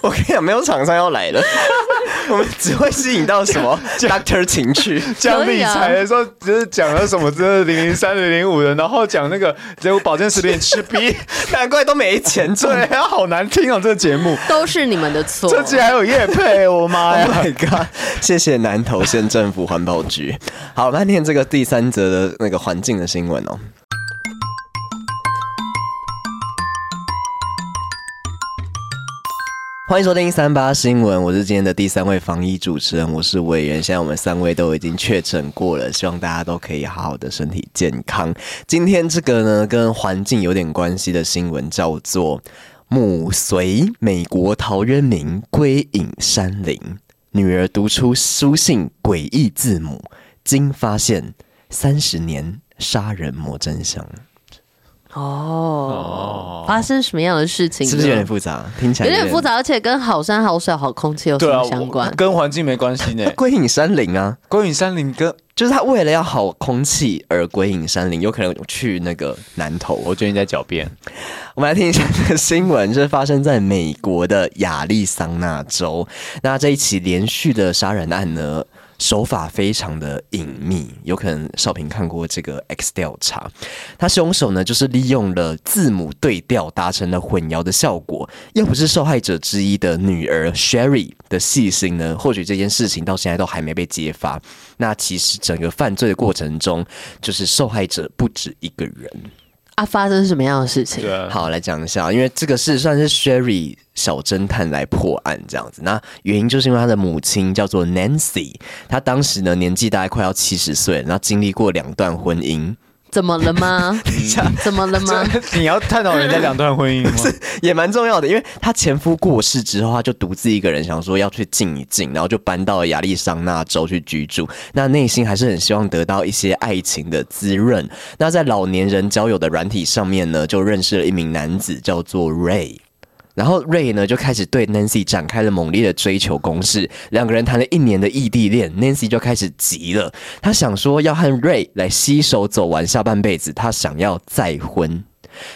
S3: 我跟你讲，没有厂商要来 了，我们只会吸引到 什么 Doctor 情趣。
S2: 讲理财的时候，只是讲了什么，真的零零三、零零五的，然后讲那个结果保健食品吃 逼，
S3: 难怪都没钱赚
S2: 对啊，好难听哦，这个节目，
S1: 都是你们的错。
S2: 这竟然有叶配，我妈
S3: Oh
S2: 呀！
S3: my god！谢谢南投县政府环保局。好，来念这个第三则的那个环境的新闻哦。欢迎收听三八新闻，我是今天的第三位防疫主持人，我是委员。现在我们三位都已经确诊过了，希望大家都可以好好的身体健康。今天这个呢，跟环境有点关系的新闻叫做母随美国陶渊明归隐山林，女儿读出书信诡异字母，经发现三十年杀人魔真相，
S1: 哦，发生什么样的事情呢？
S3: 是不是有点复杂？听起来
S1: 有点复。杂，而且跟好山好水好空气有什
S2: 对啊
S1: 么，相关
S2: 我？跟环境没关系呢
S3: 他。归隐山林啊，
S2: 归隐山林跟
S3: 就是他为了要好空气而归隐山林，有可能去那个南投。
S2: 我觉得你在狡辩，
S3: 我们来听一下这个新闻，这是发生在美国的亚利桑那州。那这一起连续的杀人案呢，手法非常的隐秘，有可能少平看过这个 X 调查，他凶手呢就是利用了字母对调达成了混淆的效果。要不是受害者之一的女儿 Sherry 的细心呢，或许这件事情到现在都还没被揭发。那其实整个犯罪的过程中，就是受害者不止一个人。
S1: 啊，发生什么样的事情？
S2: 对啊，
S3: 好，来讲一下，因为这个是算是 Sherry 小侦探来破案这样子。那原因就是因为他的母亲叫做 Nancy，她当时呢年纪大概快要七十岁了，然后经历过两段婚姻，
S1: 怎么了吗？怎么了吗？
S2: 嗯 你要探讨人家两段婚姻吗？
S3: 也蛮重要的。因为她前夫过世之后，她就独自一个人想说要去静一静，然后就搬到了亚利桑那州去居住。那内心还是很希望得到一些爱情的滋润。那在老年人交友的软体上面呢，就认识了一名男子，叫做 Ray。然后瑞呢就开始对 Nancy 展开了猛烈的追求攻势，两个人谈了一年的异地恋，Nancy 就开始急了，她想说要和瑞来携手走完下半辈子，她想要再婚。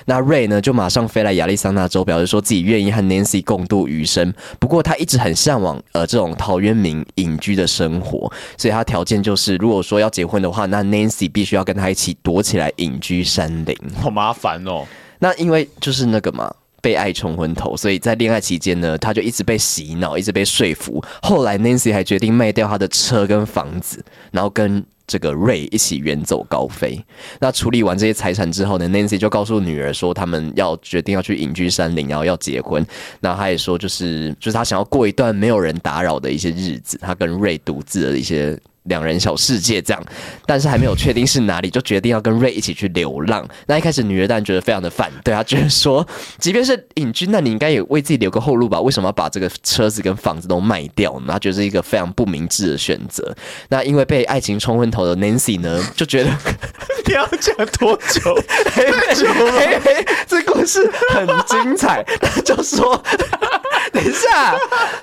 S3: 那瑞呢就马上飞来亚利桑那州，表示说自己愿意和 Nancy 共度余生。不过他一直很向往呃这种陶渊明隐居的生活，所以他条件就是，如果说要结婚的话，那 Nancy 必须要跟他一起躲起来隐居山林。
S2: 好麻烦哦。
S3: 那因为就是那个嘛，被爱冲昏头，所以在恋爱期间呢，他就一直被洗脑，一直被说服。后来 Nancy 还决定卖掉他的车跟房子，然后跟这个 Ray 一起远走高飞。那处理完这些财产之后呢，Nancy 就告诉女儿说，他们要决定要去隐居山林，然后要结婚。然后她也说，就是就是她想要过一段没有人打扰的一些日子，她跟 Ray 独自的一些两人小世界这样。但是还没有确定是哪里，就决定要跟 Ray 一起去流浪。那一开始女儿当然觉得非常的反对，她觉得说，即便是隐居，那你应该也为自己留个后路吧？为什么要把这个车子跟房子都卖掉呢？她觉得是一个非常不明智的选择。那因为被爱情冲昏头的 Nancy 呢，就觉得哎
S2: 你要讲多久？
S3: 嘿嘿嘿，这故事很精彩。他就说， 等一下，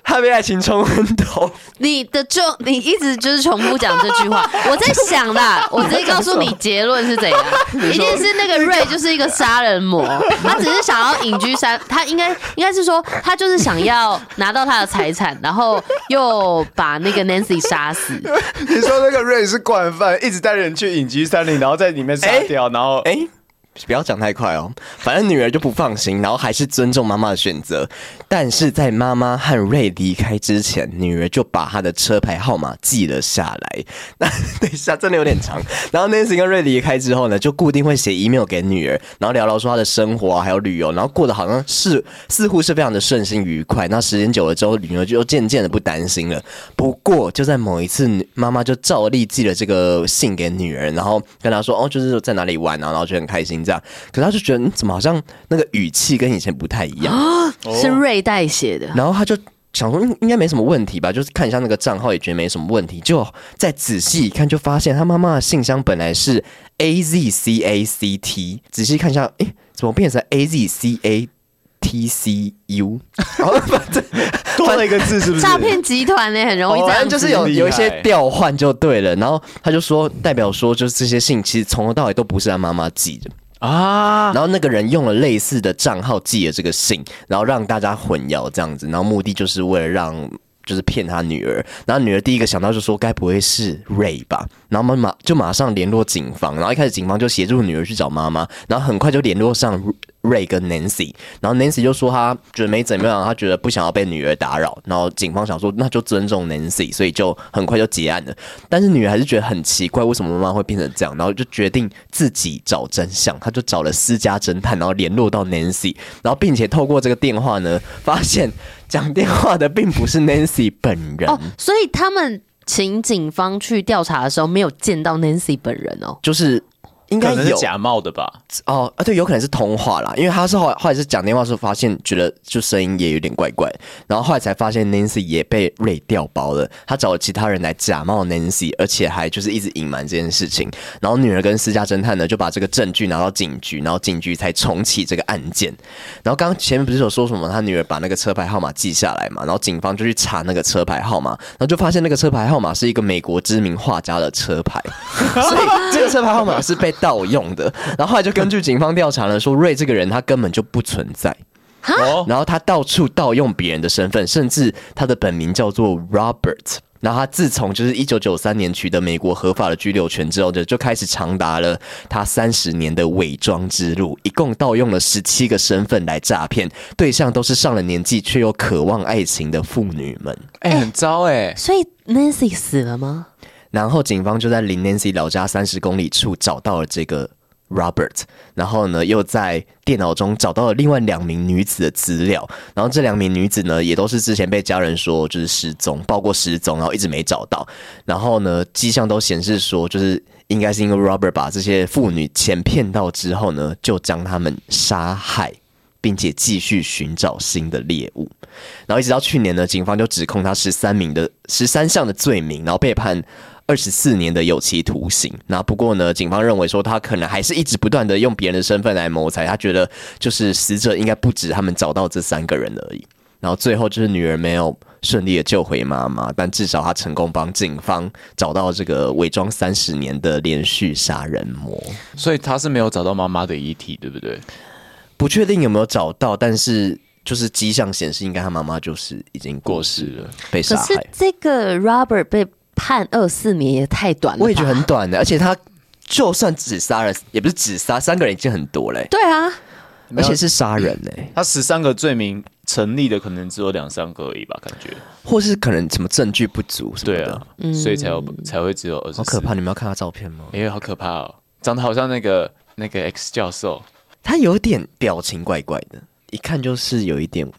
S3: 他被爱情冲昏头。
S1: 你的就你一直就是重复讲这句话，我在想啦，我直接告诉你结论是怎样，一定是那个瑞就是一个杀人魔，他只是想要隐居山，他应该应该是说他就是想要拿到他的财产，然后又把那个 Nancy 杀死，
S2: 你说那个瑞是惯犯，一直带人去隐居山林，然后在里面杀掉，然后
S3: 哎、不要讲太快哦，反正女儿就不放心，然后还是尊重妈妈的选择。但是在妈妈和瑞离开之前，女儿就把她的车牌号码记了下来。那 等一下真的有点长。然后 Nancy 跟瑞离开之后呢，就固定会写 email 给女儿，然后聊聊说她的生活啊，还有旅游，然后过得好像是似乎是非常的顺心愉快。那时间久了之后，女儿就渐渐的不担心了。不过就在某一次，女妈妈就照例寄了这个信给女儿，然后跟她说：“哦，就是在哪里玩啊，然后就很开心这样。”可是她就觉得，嗯，怎么好像那个语气跟以前不太一样？
S1: 是瑞代写的。
S3: 然后他就想说应应该没什么问题吧，就是看一下那个账号也觉得没什么问题，就再仔细一看就发现他妈妈的信箱本来是 a z c a c t，仔细看一下，诶，怎么变成 a z c a t c u？然 后反 正
S2: 多了一个字，是不是？
S1: 诈骗集团呢、很容哦易这
S3: 反
S1: 样
S3: 正
S1: 子，
S3: 就是有
S2: 厉害
S3: 有一些调换就对了。然后他就说，代表说就是这些信其实从头到尾都不是他妈妈寄的。
S2: 啊！
S3: 然后那个人用了类似的账号寄了这个信，然后让大家混淆这样子，然后目的就是为了让。就是骗他女儿，然后女儿第一个想到就说该不会是 Ray 吧，然后妈妈就马上联络警方，然后一开始警方就协助女儿去找妈妈，然后很快就联络上 Ray 跟 Nancy，然后 Nancy 就说她觉得没怎么样，她觉得不想要被女儿打扰，然后警方想说那就尊重 Nancy，所以就很快就结案了，但是女儿还是觉得很奇怪，为什么妈妈会变成这样，然后就决定自己找真相，她就找了私家侦探，然后联络到 Nancy，然后并且透过这个电话呢，发现讲电话的并不是 Nancy 本人。
S1: 哦，所以他们请警方去调查的时候，没有见到 Nancy 本人哦。
S3: 就是应该
S2: 可能是
S3: 有
S2: 假冒的吧？
S3: 哦啊，对，有可能是通话啦，因为他是后来后来是讲电话的时候发现，觉得就声音也有点怪怪，然后后来才发现 Nancy 也被瑞调包了，他找了其他人来假冒 Nancy，而且还就是一直隐瞒这件事情，然后女儿跟私家侦探呢就把这个证据拿到警局，然后警局才重启这个案件，然后刚刚前面不是有说什么他女儿把那个车牌号码记下来嘛，然后警方就去查那个车牌号码，然后就发现那个车牌号码是一个美国知名画家的车牌。所以这个车牌号码是被盗用的。然后后来就根据警方调查呢，说瑞这个人他根本就不存在。
S2: 哦，
S3: 然后他到处盗用别人的身份，甚至他的本名叫做 Robert。然后他自从就是一九九三年取得美国合法的居留权之后，就就开始长达了他三十年的伪装之路，一共盗用了十七个身份来诈骗，对象都是上了年纪却又渴望爱情的妇女们。
S2: 哎、很糟哎、
S1: 所以 Nancy 死了吗？
S3: 然后警方就在林 Nancy 老家三十公里处找到了这个 Robert，然后呢又在电脑中找到了另外两名女子的资料，然后这两名女子呢也都是之前被家人说就是失踪，报过失踪，然后一直没找到，然后呢迹象都显示说就是。应该是因为 Robert 把这些妇女钱骗到之后呢，就将他们杀害，并且继续寻找新的猎物。然后一直到去年呢，警方就指控他十三名的十三项的罪名，然后被判。二十四年的有期徒刑。那不过呢，警方认为说他可能还是一直不断的用别人的身份来谋财，他觉得就是死者应该不止他们找到这三个人而已。然后最后就是女儿没有顺利的救回妈妈，但至少她成功帮警方找到这个伪装三十年的连续杀人魔。
S2: 所以他是没有找到妈妈的遗体，对不对？
S3: 不确定有没有找到，但是就是迹象显示，应该他妈妈就是已经过
S2: 过
S3: 世
S2: 世了，
S3: 被
S1: 可
S3: 杀
S1: 是
S3: 害。
S1: 这个 Robert 被判二四年也太短了吧，
S3: 我也觉得很短的，而且他就算只杀了，也不是只杀三个人，已经很多嘞、
S1: 对啊，
S3: 而且是杀人嘞、
S2: 他十三个罪名成立的可能只有两三个而已吧，感觉。
S3: 或是可能什么证据不足什
S2: 对
S3: 么的。
S2: 啊，所以才有才会只有二十。
S3: 好可！怕！你们要看他照片吗？
S2: 哎、好可怕哦，长得好像那个那个 X 教授。
S3: 他有点表情怪怪的，一看就是有一点，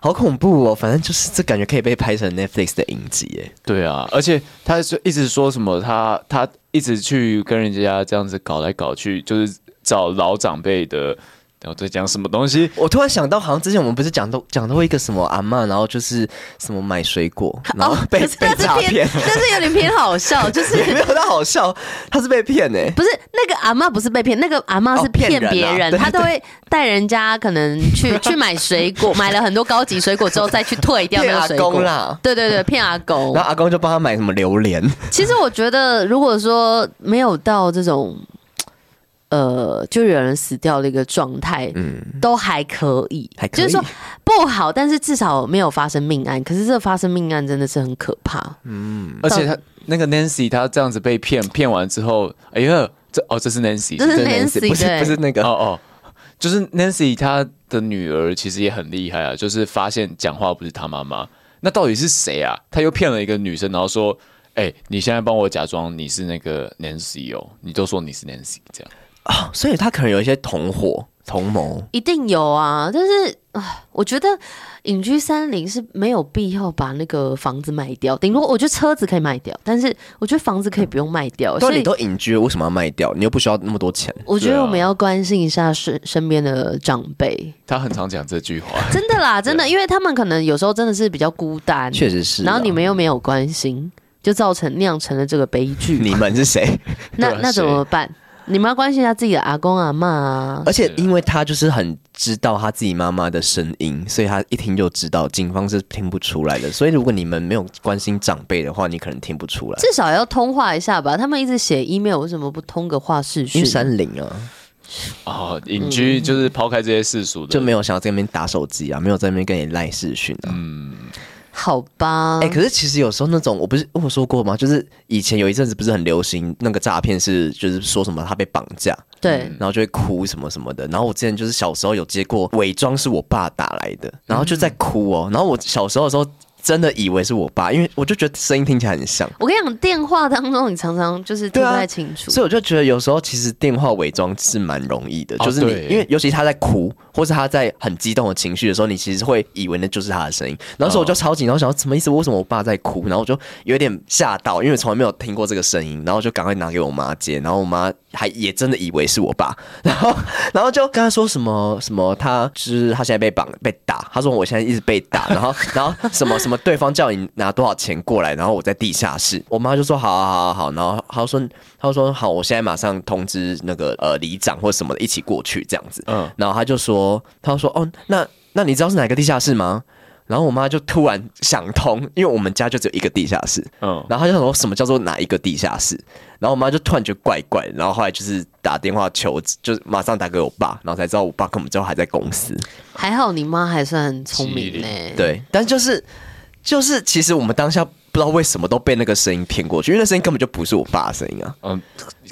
S3: 好恐怖哦！反正就是这感觉可以被拍成 Netflix 的影集哎。
S2: 对啊，而且他就一直说什么他他一直去跟人家这样子搞来搞去，就是找老长辈的，然后在讲什么东西。
S3: 我突然想到，好像之前我们不是讲到讲到一个什么阿嬷，然后就是什么买水 果，然后被、
S1: 哦可是
S3: 被
S1: 那
S3: 诈
S1: 是
S3: 骗
S1: 偏，，但是有点偏好 笑，就是
S3: 也没有他好笑，他是被骗 哎。
S1: 不是那个阿嬷不是被骗，那个阿嬷是
S3: 哦骗
S1: 骗
S3: 人啊
S1: 别人，
S3: 对
S1: 她都会带人家可能去去买水果，买了很多高级水果之后再去退掉那个水
S3: 骗阿公
S1: 果
S3: 啦。
S1: 对对对，骗阿公
S3: 然。后阿公就帮他买什么榴莲，
S1: 其实我觉得，如果说没有到这种，呃，就有人死掉的一个状态，
S3: 嗯，
S1: 都还可以，
S3: 还可
S1: 就
S3: 以。
S1: 是说不好，但是至少没有发生命案。可是这发生命案真的是很可怕。
S3: 嗯
S2: 而且他那个 Nancy，他这样子被骗，骗完之后，哎呀，这哦，这是 Nancy，
S1: 这是
S3: 真的
S1: Nancy，
S3: 不是
S1: 对
S3: 不是那个
S2: 哦哦，就是 Nancy 她的女儿其实也很厉害啊，就是发现讲话不是她妈妈，那到底是谁啊？她又骗了一个女生，然后说。哎、你现在帮我假装你是那个 Nancy 哦，你就说你是 Nancy 这样。
S3: 哦，所以他可能有一些同伙同谋。
S1: 一定有啊，但是啊，我觉得隐居山林是没有必要把那个房子卖掉，顶多我觉得车子可以卖掉，但是我觉得房子可以不用卖掉，
S3: 嗯都
S1: 所
S3: 你
S1: 以
S3: 都隐居了，为什么要卖掉？你又不需要那么多钱。
S1: 我觉
S2: 对
S1: 得
S2: 啊
S1: 我们要关心一下身身边的长辈，
S2: 她很常讲这句 话，
S1: 真的啦，真的，因为他们可能有时候真的是比较孤单，
S3: 确实是啊、
S1: 然后你们又没有关心，就造成酿成了这个悲剧，
S3: 你们 是谁？
S1: 那
S2: 对啊
S1: 那怎么办？你们要关心一下自己的阿公阿嬷啊，
S3: 而且因为他就是很知道他自己妈妈的声音，所以他一听就知道，警方是听不出来的。所以如果你们没有关心长辈的话，你可能听不出来。
S1: 至少要通话一下吧。他们一直写 email，为什么不通个话视
S3: 因
S1: 讯
S3: 为？山林啊，
S2: 哦，隐居就是抛开这些世俗的，
S3: 嗯就没有想要在那边打手机啊，没有在那边跟你赖视讯啊。
S1: 嗯好吧，
S3: 哎、可是其实有时候那种，我不是我有说过吗？就是以前有一阵子不是很流行那个诈骗，是就是说什么他被绑架，
S1: 对，
S3: 然后就会哭什么什么的。然后我之前就是小时候有接过伪装是我爸打来的，然后就在哭哦。然后我小时候的时候真的以为是我爸，因为我就觉得声音听起来很像，
S1: 我跟你讲，电话当中你常常就是听
S3: 对
S1: 不
S3: 啊
S1: 太清楚，
S3: 所以我就觉得有时候其实电话伪装是蛮容易的，
S2: 哦
S3: 就是你
S2: 对
S3: 因为尤其他在哭或是他在很激动的情绪的时候，你其实会以为那就是他的声音。然后那时候我就超紧张，想说什么意思？为什么我爸在哭？然后我就有点吓到，因为我从来没有听过这个声音，然后我就赶快拿给我妈接，然后我妈还也真的以为是我爸，然后然后就跟他说什么什么他，就是他现在被绑被打，他说我现在一直被打，然后 然后什么什么对方叫你拿多少钱过来，然后我在地下室，我妈就说好好好好，然后她说她说好，我现在马上通知那个呃里长或什么的一起过去这样子，
S2: 嗯
S3: 然后他就说他就说哦那那你知道是哪个地下室吗？然后我妈就突然想通，因为我们家就只有一个地下室，
S2: 嗯，
S3: 然后她就想说什么叫做哪一个地下室，然后我妈就突然觉得怪怪，然后后来就是打电话求，就是马上打给我爸，然后才知道我爸根本就还在公司。
S1: 还好你妈还算很聪明欸
S2: 机
S1: 呢、
S2: 灵
S3: 对，但就是就是，其实我们当下不知道为什么都被那个声音骗过去，因为那声音根本就不是我爸的声音啊。
S2: 嗯，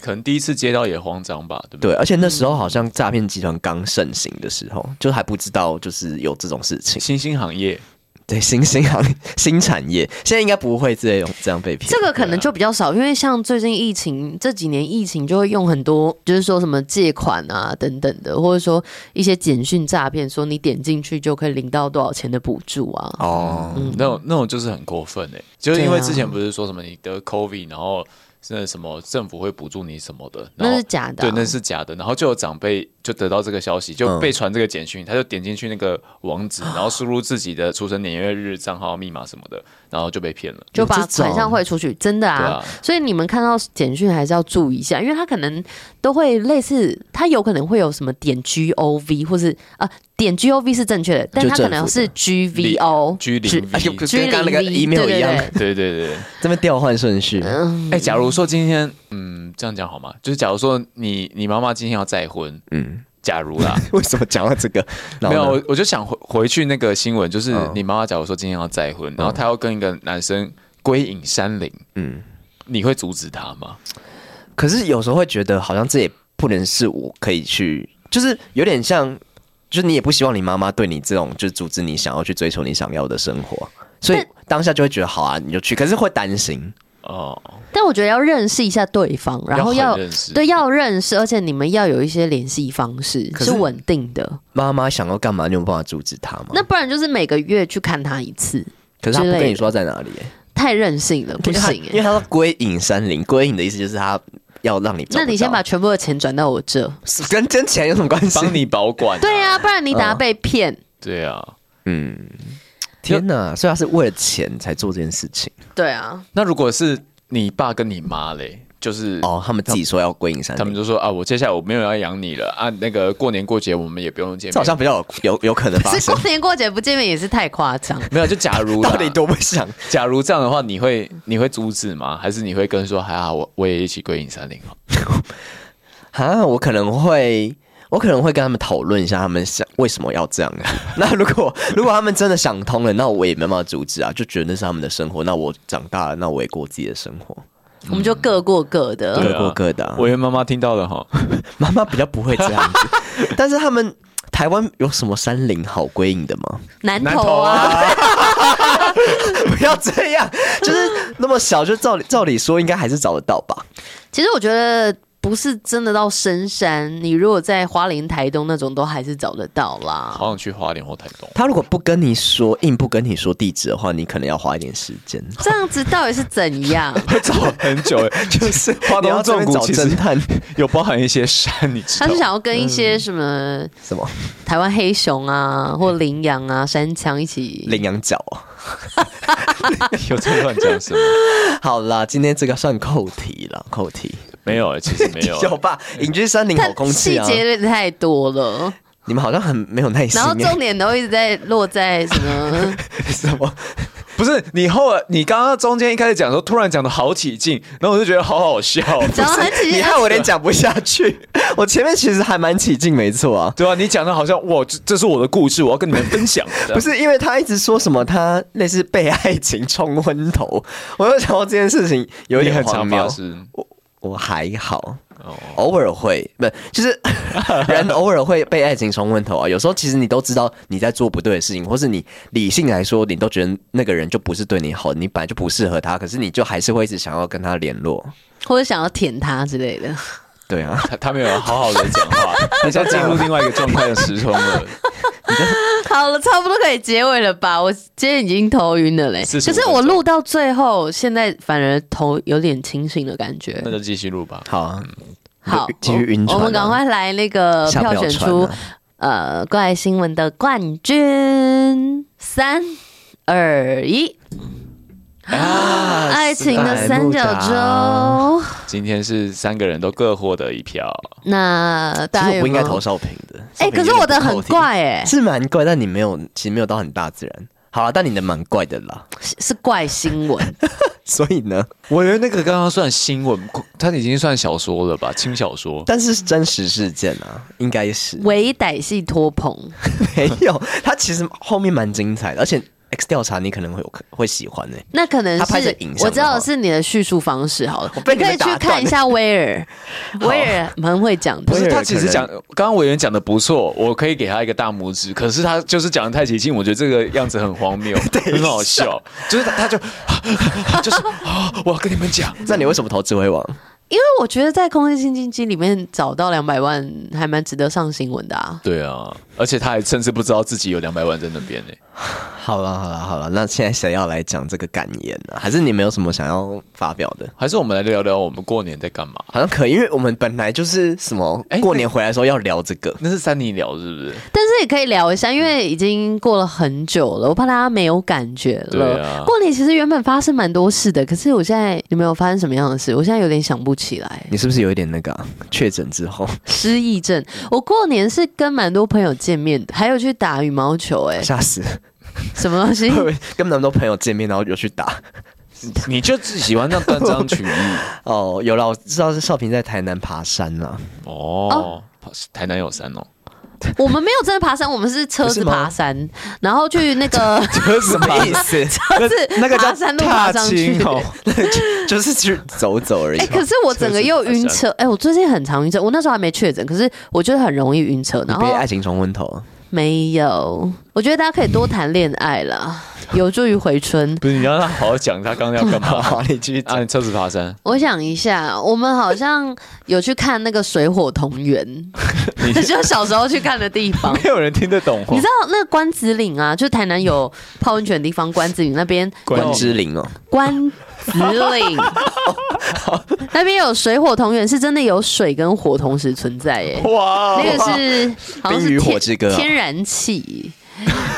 S2: 可能第一次接到也慌张吧，对不对？
S3: 对，啊而且那时候好像诈骗集团刚盛行的时候，就还不知道就是有这种事情。
S2: 新兴行业，
S3: 对，新新行新产业， 现在应该不会这种这样被骗。
S1: 这个可能就比较少，因为像最近疫情这几年疫情就会用很多，就是说什么借款啊等等的，或者说一些简讯诈骗，说你点进去就可以领到多少钱的补助啊。
S3: 哦，
S2: 那种那种就是很过分哎、就是因
S1: 对
S2: 为
S1: 啊
S2: 之前不是说什么你得 COVID，然后是什么政府会补助你什么的，然
S1: 那
S2: 后
S1: 是假的啊、
S2: 对，那是假的。然后就有长辈就得到这个消息，
S3: 嗯
S2: 就被传这个简讯，他就点进去那个网
S1: 啊
S2: 址，然后输入自己的出生年月日、账号、密码什么的，然后就被骗了。
S1: 就 把
S3: 有这种
S1: 款项汇出去，真的
S2: 啊对
S1: 啊
S2: 啊。
S1: 所以你们看到简讯还是要注意一下，因为他可能都会类似，他有可能会有什么点 G O V 或是啊点 G O V 是正确的，但
S3: 就
S1: 他可能
S3: 政府
S1: 是
S3: 的
S1: G V O
S2: G 零 V
S3: 哎呦，跟
S1: G
S3: 刚刚那个
S1: 零 V，
S3: email 一样，
S1: 嗯对对
S2: 对对对，
S3: 这边调换顺序。
S1: 嗯
S2: 哎、假如说今天，嗯，这样讲好吗？就是假如说你你妈妈今天要再婚，
S3: 嗯，
S2: 假如啦，
S3: 为什么讲到这个？然
S2: 没
S3: 后
S2: 有，
S3: 呢
S2: 我我就想回回去那个新闻，就是
S3: 嗯
S2: 你妈妈假如说今天要再婚，然后她要跟一个男生归隐山林，
S3: 嗯，
S2: 你会阻止她吗？
S3: 可是有时候会觉得好像这也不能是我可以去，就是有点像，就是你也不希望你妈妈对你这种就是阻止你想要去追求你想要的生活，所以当下就会觉得好啊，你就去，可是会担心。
S2: 哦，
S1: 但我觉得要认识一下对方，然后
S2: 要
S1: 要
S2: 很认识，
S1: 对要认识，而且你们要有一些联系方式
S3: 可
S1: 是
S3: 是嗯
S1: 稳定的，
S3: 妈妈想要干嘛，你有办法阻止她吗？
S1: 那不然就是每个月去看他一次，
S3: 可是她不
S1: 之类
S3: 跟
S1: 的
S3: 你说在哪里、欸，
S1: 太任性 了，不
S3: 因为她
S1: 行
S3: 因
S1: 哎。
S3: 为她说归隐山林，归隐的意思就是她要让你找不到。
S1: 那你先把全部的钱转到我这，
S3: 跟跟钱有什么关系？
S2: 帮你保管、
S1: 对啊，不然你等下被骗。
S2: 对啊，
S3: 嗯，天哪！所以他是为了钱才做这件事情
S1: 对 啊，
S2: 那如果是你爸跟你妈嘞，就是
S3: 哦。哎他们自己说要归隐山林，
S2: 他们就说啊，我接下来我没有要养你了啊，那个过年过节我们也不用见
S3: 这好
S2: 面，
S3: 像比较有有有可能发
S1: 是
S3: 生
S1: 过。年过节不见面也是太夸张。
S3: 嗯
S2: 没有就假如啦
S3: 到底多不想？
S2: 假如这样的话，你会你会阻止吗？还是你会跟说还好我我也一起归隐山林好？
S3: 啊，我可能会，我可能会跟他们讨论一下，他们想为什么要这样、啊 那如果如果他们真的想通了，那我也没办法阻止啊，就觉得那是他们的生活。那我长大了，那我也过自己的生活，
S1: 我们就各过各
S2: 对
S1: 的。
S3: 各过各的、啊。
S2: 我跟妈妈听到了哦 哈，
S3: 妈妈比较不会这样子， 但是他们台湾有什么山林好归隐的吗？
S1: 南投啊，
S3: 不要这样，就是那么小，就照理照理说应该还是找得到吧？
S1: 其实我觉得不是真的到深山，你如果在花莲、台东那种，都还是找得到啦。
S2: 好想去花莲或台 东。
S3: 他如果不跟你说，硬不跟你说地址的话，你可能要花一点时间。
S1: 这样子到底是怎 样？
S2: 找很久 哎，就是花
S3: 欸你
S2: 东
S3: 要这
S2: 纵
S3: 边
S2: 谷
S3: 找
S2: 其
S3: 侦
S2: 实
S3: 探
S2: 有包含一些山，你知
S1: 他
S2: 道
S1: 是？想要跟一
S3: 嗯
S1: 些什么
S3: 什么
S1: 台湾黑熊啊，或羚羊啊、山羌一起。
S3: 嗯羚羊角啊？
S2: 有在乱讲什么？
S3: 好啦，今天这个算扣题了，扣题。。
S2: 没有哎，其实没有
S3: 有吧？隐居山林好
S1: 但
S3: 空气
S1: 细
S3: 啊！
S1: 节有点太多 了，
S3: 你们好像很没有耐心、
S1: 然后重
S3: 欸。
S1: 点都一直在落在什么？
S3: 什么？
S2: 不是你后来，你刚刚中间一开始讲说，突然讲的好起劲，然后我就觉得好好笑，
S1: 讲得很起
S3: 你
S1: 劲，
S3: 害我有点讲不下去。我前面其实还蛮起劲，没错啊。
S2: 对啊，你讲的好像哇，这这是我的故事，我要跟你们分享。
S3: 不是因为他一直说什么他类似被爱情冲昏头， 我就想到这件事情有
S2: 有
S3: 点
S2: 很
S3: 荒
S2: 常
S3: 谬
S2: 发。生
S3: 我还好，
S2: 哦，
S3: 偶尔会，不就是 人偶尔会被爱情冲昏头啊。有时候其实你都知道你在做不对的事情，或是你理性来说，你都觉得那个人就不是对你好，你本来就不适合他，可是你就还是会一直想要跟他联络。
S1: 或者想要舔他之类的。
S3: 对啊，
S2: 他他没有好好的讲 话，他现在进入另外一个状态的时空了。
S1: 好了，差不多可以结尾了吧？我今天已经头晕了嘞，可
S2: 45
S1: 是我录到最后，现在反而头有点清醒的感觉
S2: 那。就继续录吧。
S3: 好啊，
S1: 好，
S3: 继续晕
S1: 我
S3: 船啊
S1: 我们赶快来那个
S3: 下
S1: 票
S3: 不
S1: 选
S3: 了船
S1: 出
S3: 啊
S1: 呃怪新闻的冠军，三二一，
S2: 啊
S1: 爱情的
S3: 斯
S1: 三
S3: 黛
S1: 角
S3: 露
S1: 洲。
S2: 今天是三个人都各获得一票，
S1: 那
S3: 其
S1: 大家
S3: 实
S1: 有
S3: 我不应该
S1: 没有
S3: 投少平的。
S1: 哎、
S3: 少平
S1: 可是
S3: 有点
S1: 我的
S3: 不
S1: 很
S3: 扣题，
S1: 怪哎、
S3: 是蛮怪，但你没有，其实没有到很大自然。好了，但你的蛮怪的啦。
S1: 是是怪新闻，
S3: 所以呢，
S2: 我以为那个刚刚算新闻，它已经算小说了吧，轻小说。
S3: 但是是真实事件啊，应该是
S1: 围歹系托棚。
S3: 没有。它其实后面蛮精彩的，而且 X 调查你可能会有会喜欢欸呢、
S1: 那可能
S3: 他拍成
S1: 是
S3: 影像的
S1: 我知
S3: 话
S1: 道是你的叙述方式好了，
S3: 被你
S1: 可
S3: 们
S1: 以去
S3: 打断
S1: 看一下威 尔，威尔蛮会讲
S2: 不
S1: 的。
S2: 是
S3: 威尔
S2: 他其实
S3: 可能
S2: 讲，刚刚委员讲的不错，我可以给他一个大拇指。可是他就是讲的太起劲，我觉得这个样子很荒 谬，很好笑。就是他他就 就是 啊，我要跟你们讲，
S3: 那你为什么投智慧王？
S1: 因为我觉得在《空气清新机》里面找到两百万，还蛮值得上新闻的啊。
S2: 对啊，而且他还甚至不知道自己有两百万在那边呢、
S3: 好了好了好了，那现在谁要来讲这个感言呢、还是你没有什么想要发表的？
S2: 还是我们来聊聊我们过年在干嘛？
S3: 好像可以，因为我们本来就是什么
S2: 哎
S3: 过年回来的时候要聊这个，
S2: 那是三尼聊是不是？
S1: 但是也可以聊一下，因为已经过了很久了，我怕大家没有感觉
S2: 对
S1: 了。
S2: 啊
S1: 过年其实原本发生蛮多事的，可是我现在你们有发生什么样的事？我现在有点想不起来。
S3: 你是不是有一点那个啊确诊、之后，
S1: 失忆症，我过年是跟蛮多朋友见面的，还有去打羽毛球、 哎，
S3: 吓死？
S1: 什么东西
S3: 会？不会跟那么多朋友见面，然后有去打？
S2: 你就自己喜欢这样断章取 义
S3: 哦，有了，我知道是少平在台南爬山 啦、
S2: 哦。台南有山哦，
S1: 我们没有真的爬山，我们是车
S3: 不
S1: 子
S3: 是吗
S1: 爬山，然后去那个
S3: 什么意思？
S1: 车子
S3: 那个叫
S1: 爬山路爬上去
S2: 踏。青哦
S3: 就是去走走而已
S1: 哎、。可是我整个又晕
S2: 车子
S1: 车，哎、我最近很常晕车，我那时候还没确诊，可是我就是很容易晕车，然后
S3: 别爱情冲昏头，
S1: 没有，我觉得大家可以多谈恋爱啦，有助于回春。
S2: 不是你让他好好讲他刚刚要干嘛
S3: 好，你继续讲。
S2: 啊？你车子爬山，
S1: 我想一下，我们好像有去看那个水火同源，就小时候去看的地方。
S2: 没有人听得懂哦
S1: 你知道那个关子岭啊，就是台南有泡温泉的地方，关子岭那边
S2: 关
S1: 有
S3: 关之琳哦，
S1: 关子 岭那边有水火同源，是真的有水跟火同时存在耶。
S2: 哇
S1: 那个 是好像
S3: 冰与
S1: 是
S3: 火
S1: 天
S3: 之歌啊
S1: 天然气。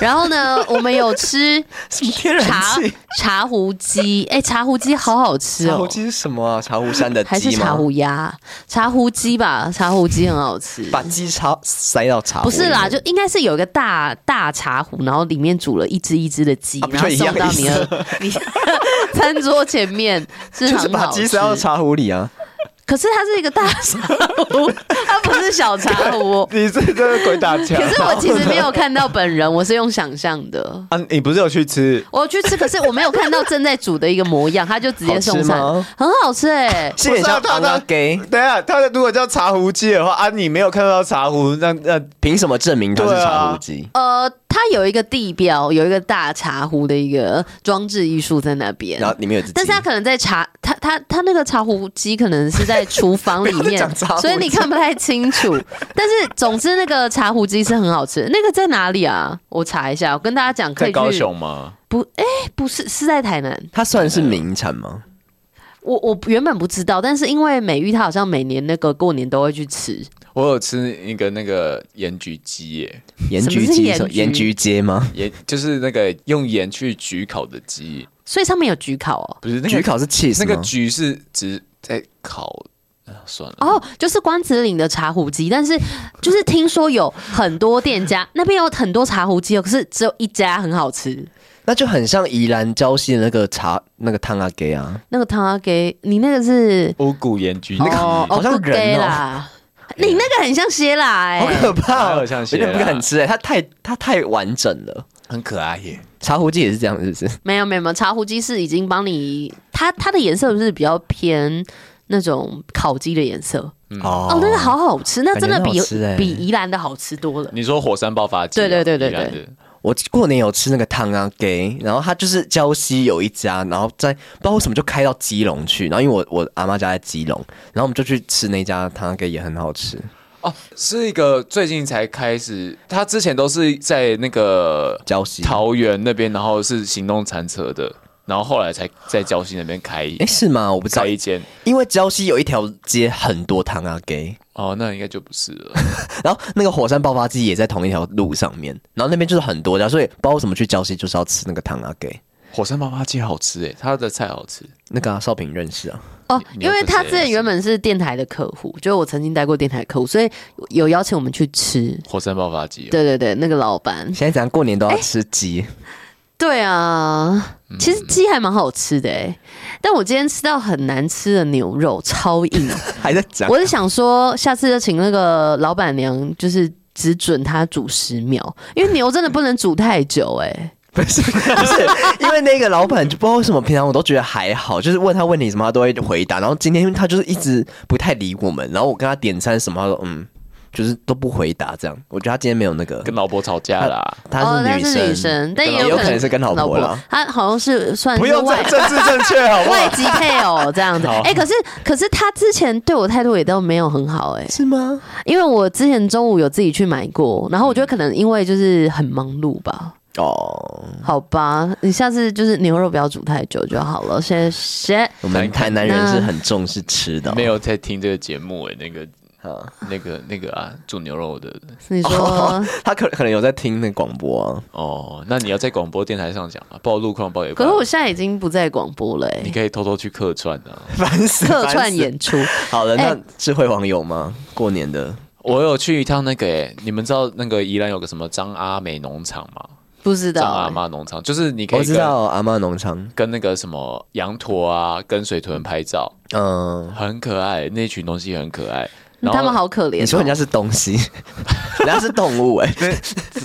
S1: 然后呢，我们有吃
S3: 什么 天然
S1: 茶
S3: 气？
S1: 茶壶鸡，哎、茶壶鸡好好吃
S3: 茶壶
S1: 哦，
S3: 鸡是什么啊？茶壶山的
S1: 还是
S3: 鸡吗？
S1: 茶壶鸭？茶壶鸡吧，茶壶鸡很好吃。
S3: 把鸡叉塞到茶壶
S1: 不
S3: 里面？
S1: 是啦，就应该是有一个大大茶壶，然后里面煮了一只一只的鸡，
S3: 啊不
S1: 然后
S3: 就一
S1: 送
S3: 样
S1: 到你的你 餐桌前面，是
S3: 就是
S1: 很
S3: 把
S1: 好
S3: 鸡
S1: 吃。
S3: 塞到茶壶里啊！
S1: 可是它是一个大茶壶， 它不是小茶壶。
S2: 你这个鬼 打墙
S1: 可
S3: 啊
S1: 是我其实没有看到本人，我是用想象的。
S2: 啊，你不是有去吃？
S1: 我去吃，可是我没有看到正在煮的一个模样，他就直接送上
S3: 好吃吗，
S1: 很好吃哎、
S3: 是很像
S2: 不是啊
S3: 阿
S2: 他
S3: 拉给，
S2: 等一下，他如果叫茶壶鸡的话啊，你没有看到茶壶，那那
S3: 凭什么证明它是
S2: 对啊
S3: 茶壶鸡？
S1: 呃，它有一个地标，有一个大茶壶的一个装置艺术在那边
S3: 然。后里面有只鸡，
S1: 但是他可能在茶，他他他那个茶壶机可能是在厨房里
S3: 不要再
S1: 面
S3: 讲，茶壶机
S1: 所以你看不太清楚。 但是总之那个茶壶机是很好吃。那个在哪里啊？我查一下，我跟大家讲，可以去
S2: 在高雄吗？
S1: 不？哎、不是，是在台南。
S3: 它算是名产吗？
S1: 我我原本不知道，但是因为美玉她好像每年那个过年都会去吃，
S2: 我有吃一个那个盐焗鸡耶，
S3: 盐
S1: 什么
S3: 焗
S1: 是
S3: 鸡
S1: 盐
S3: 什么？盐
S1: 焗
S3: 焗街吗？
S2: 盐就是那个用盐去焗烤的鸡，
S1: 所以上面有焗烤哦。
S2: 不是那个
S3: 焗烤是 cheese
S2: 那个
S3: 吗？
S2: 焗是指在烤，啊算了，
S1: 哦，就是关子岭的茶壶鸡，但是就是听说有很多店家那边有很多茶壶鸡哦，可是只有一家很好吃。
S3: 那就很像宜兰礁溪的那个茶那个汤阿给啊，
S1: 那个汤阿给你那个是
S2: 五谷盐焗那
S1: 哦
S3: 好像
S1: 哦
S3: 人哦
S1: 给啦，你那个很像蝎啦哎、
S3: 好可怕
S2: 哪
S3: 哦！
S2: 有像
S3: 有
S2: 蟹啊
S3: 点不敢吃哎，它太它太完整了。
S2: 很可爱耶。
S3: 茶壶鸡也是这样，是不是？
S1: 没有没有没有，茶壶鸡是已经帮你，它它的颜色是比较偏那种烤鸡的颜色哦
S3: 哦
S1: 那个好好吃，那真的
S3: 感
S1: 比
S3: 觉很好吃哎
S1: 比宜兰的好吃多了。
S2: 你说火山爆发鸡啊，
S1: 对对对对对
S2: 宜兰的
S3: 我过年有吃那个汤啊给，然后它就是礁溪有一家，然后在不知道为什么就开到基隆去，然后因为我我阿妈家在基隆，然后我们就去吃那家汤啊给也很好吃，
S2: 哦，是一个最近才开始，他之前都是在那个
S3: 礁溪。
S2: 桃园那边，然后是行动餐车的，然后后来才在礁溪那边开
S3: 哎，是吗？我不知道
S2: 开，一间。
S3: 因为礁溪有一条街很多汤啊给，
S2: 哦，那应该就不是了。
S3: 然后那个火山爆发机也在同一条路上面，然后那边就是很多家，所以不知道为什么去礁溪就是要吃那个汤啊给。
S2: 火山爆发鸡好吃诶，它的菜好吃。欸
S3: 那个、啊、少平认识啊，
S1: 哦，
S2: 你
S1: 因为他之
S2: 你要吃谁啊
S1: 前原本是电台的客户，就是我曾经待过电台的客户，所以有邀请我们去吃。
S2: 火山爆发鸡哦，
S1: 对对对，那个老板
S3: 现在咱过年都要吃鸡，
S1: 对啊，
S3: 嗯
S1: 其实鸡还蛮好吃的哎、但我今天吃到很难吃的牛肉，超 硬。
S3: 还在讲
S1: 我是想说，下次就请那个老板娘，就是只准她煮十秒，因为牛真的不能煮太久哎、
S3: 不是不是，因为那个老板就不知道为什么，平常我都觉得还好，就是问他问题什么他都会回答，然后今天他就是一直不太理我们，然后我跟他点餐什么，他说嗯，就是都不回答这样。我觉得他今天没有那个，
S2: 跟老婆吵架啦。
S3: 他
S1: 哦，
S3: 是
S1: 但
S3: 女
S1: 是
S3: 生，
S1: 女生，但
S3: 也
S1: 也有
S3: 有可能是跟老婆啦。
S1: 她好像是算是
S3: 不用
S1: 外
S3: 再政治正确好 不
S1: 外
S3: 好？
S1: 籍配偶这样子。
S3: 好
S1: 哎、可是可是她之前对我态度也都没有很好哎、
S3: 是吗？
S1: 因为我之前中午有自己去买过，然后我觉得可能因为就是很忙碌吧。
S3: 哦，
S1: 好吧，你下次就是牛肉不要煮太久就好 了，谢谢。
S3: 我们台南人是很重视吃的哦，
S2: 没有在听这个节目诶、那个
S3: 啊
S2: 那个那个啊，煮牛肉的
S1: 你说、
S3: 哦 他可可能有在听那广播啊。
S2: 哦。那你要在广播电台上讲啊，报路况报也 不
S1: 可
S2: 然。
S1: 是我现在已经不在广播了、
S2: 你
S1: 欸，
S2: 可以偷偷去客串啊。
S3: 烦 死！
S1: 客
S3: 烦
S1: 串
S3: 死。
S1: 演出。
S3: 好了，
S1: 哎
S3: 那智慧网友吗？过年的
S2: 我有去一趟那个诶、你们知道那个宜兰有个什么张阿美农场吗？
S1: 不知
S2: 张阿
S3: 啊
S1: 道、欸
S2: 妈农场，就是你可以
S3: 我知
S2: 跟
S3: 道阿妈农场，
S2: 跟那个什么羊驼啊，跟水豚拍照，
S3: 嗯，
S2: 很可爱，那群东西很可爱。然后
S1: 他们好可怜、哦
S3: 你说人家是东西， 人家是动物 哎，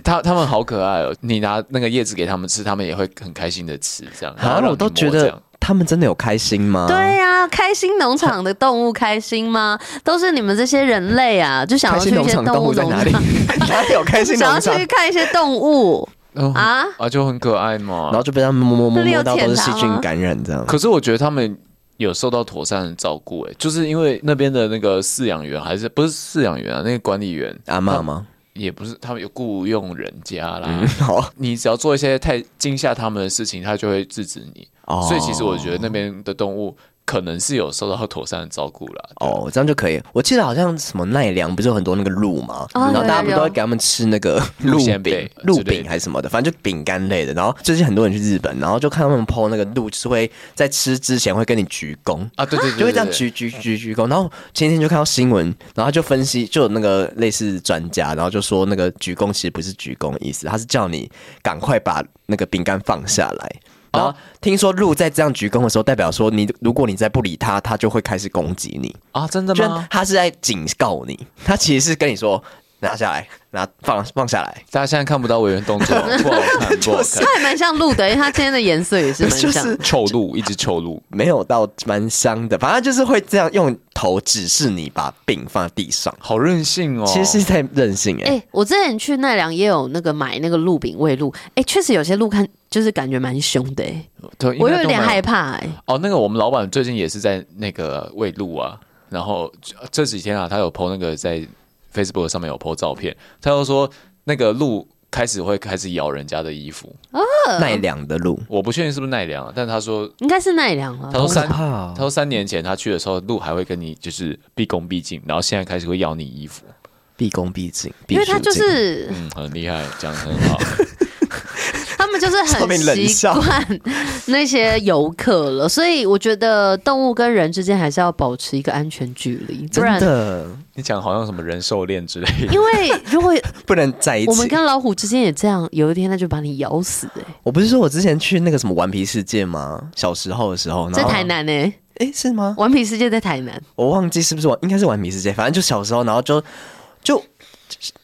S2: 他他们好可爱哦！你拿那个叶子给他们吃，他们也会很开心的吃，这样。然后
S3: 啊，
S2: 让
S3: 我都
S2: 你摸
S3: 觉
S2: 这
S3: 得
S2: 样
S3: 他们真的有开心吗？
S1: 对呀、开心农场的动物开心吗？都是你们这些人类啊，就想
S3: 开
S1: 要去
S3: 心
S1: 一
S3: 农
S1: 些
S3: 场
S1: 动
S3: 动
S1: 物
S3: 物在
S1: 农
S3: 哪
S1: 场
S3: 里？， 哪里有开 心
S1: 想要
S3: 农场
S1: 去？看一些动物
S2: 嗯
S1: 啊。
S2: 啊，就很可爱嘛。
S3: 哦然后就被他们摸摸摸
S1: 那里有
S3: 摸到都是
S1: 舔啊
S3: 细
S1: 它吗
S3: 菌感染这样。
S2: 可是我觉得他们有受到妥善的照顾，哎，就是因为那边的那个饲养员还是不是饲养员啊，那个管理员
S3: 阿妈吗？
S2: 也不是，他们有雇佣人家啦。
S3: 嗯，好，
S2: 你只要做一些太惊吓他们的事情，他就会制止你。
S3: 哦
S2: 所以其实我觉得那边的动物可能是有受到妥善的照顾啦。对啊
S3: 哦，这样就可以。我记得好像什么奈良不是有很多那个鹿嘛，
S1: 哦
S3: 然后大家
S1: 有有
S3: 不都会给他们吃那个
S2: 鹿
S3: 鹿
S2: 馅
S3: 饼
S2: 贝、
S3: 鹿
S2: 之类
S3: 饼
S2: 的
S3: 还是什么的，反正就饼干类的。然后最近很多人去日本，然后就看他们剖那个鹿，就是会在吃之前会跟你鞠躬。
S2: 啊，对对对，
S3: 就会这样
S2: 对对
S3: 鞠鞠鞠鞠躬，然后前几天就看到新闻，然后他就分析，就有那个类似专家，然后就说那个鞠躬其实不是鞠躬的意思，他是叫你赶快把那个饼干放下来。
S2: 哦
S3: 然后听说鹿在这样鞠躬的时候，代表说你如果你再不理它，它就会开始攻击你。
S2: 啊，真的
S3: 就
S2: 吗？
S3: 他是在警告你，他其实是跟你说拿下来，拿放放下来，
S2: 大家现在看不到委员动作， 不好看，不好看。
S1: 它还蛮像鹿的，欸因为它今天的颜色也是蛮
S3: 就
S1: 像。
S3: 是
S2: 臭鹿，一只臭鹿。
S3: 没有到蛮香的，反正就是会这样用头指示你把饼放在地上，
S2: 好任性哦！
S3: 其实是在任性哎、
S1: 哎、我之前去奈良也有那个买那个鹿饼喂鹿，哎、确实有些鹿看就是感觉蛮凶的、哎
S2: 对，
S1: 我有点害
S2: 怕。
S1: 怕哎、
S2: 哦，那个我们老板最近也是在那个喂鹿啊，然后这这几天啊，他有 PO 那个在 Facebook 上面有 PO 照片，他又说那个鹿开始会开始咬人家的衣服，
S3: 奈良的鹿，
S2: 我不确定是不是奈良啊，但他说
S1: 应该是奈良了
S2: 他。说
S3: 好可
S2: 三
S3: 怕
S2: 他
S1: 啊
S3: 哦
S2: 说三年前他去的时候，鹿还会跟你就是毕恭毕敬，然后现在开始会咬你衣服，
S3: 毕恭毕敬，
S1: 因为他就
S3: 毕恭毕敬
S1: 是
S2: 嗯，很厉害，讲得很好。
S1: 他们就是
S3: 上面
S1: 很
S3: 冷
S1: 习
S3: 笑
S1: 惯那些游客了，所以我觉得动物跟人之间还是要保持一个安全距离，不
S3: 真
S1: 然
S3: 的
S2: 你讲好像什么人兽恋之类的，
S1: 因为如 果
S3: 不能在一起。
S1: 我们跟老虎之间也这样，有一天它就把你咬死哎、
S3: 我不是说我之前去那个什么顽皮世界吗？小时候的时候，然后
S1: 在台，南呢、欸
S3: 哎、是吗？
S1: 顽皮世界在台南，
S3: 我忘记是不是玩，应该是顽皮世界，反正就小时候，然后就就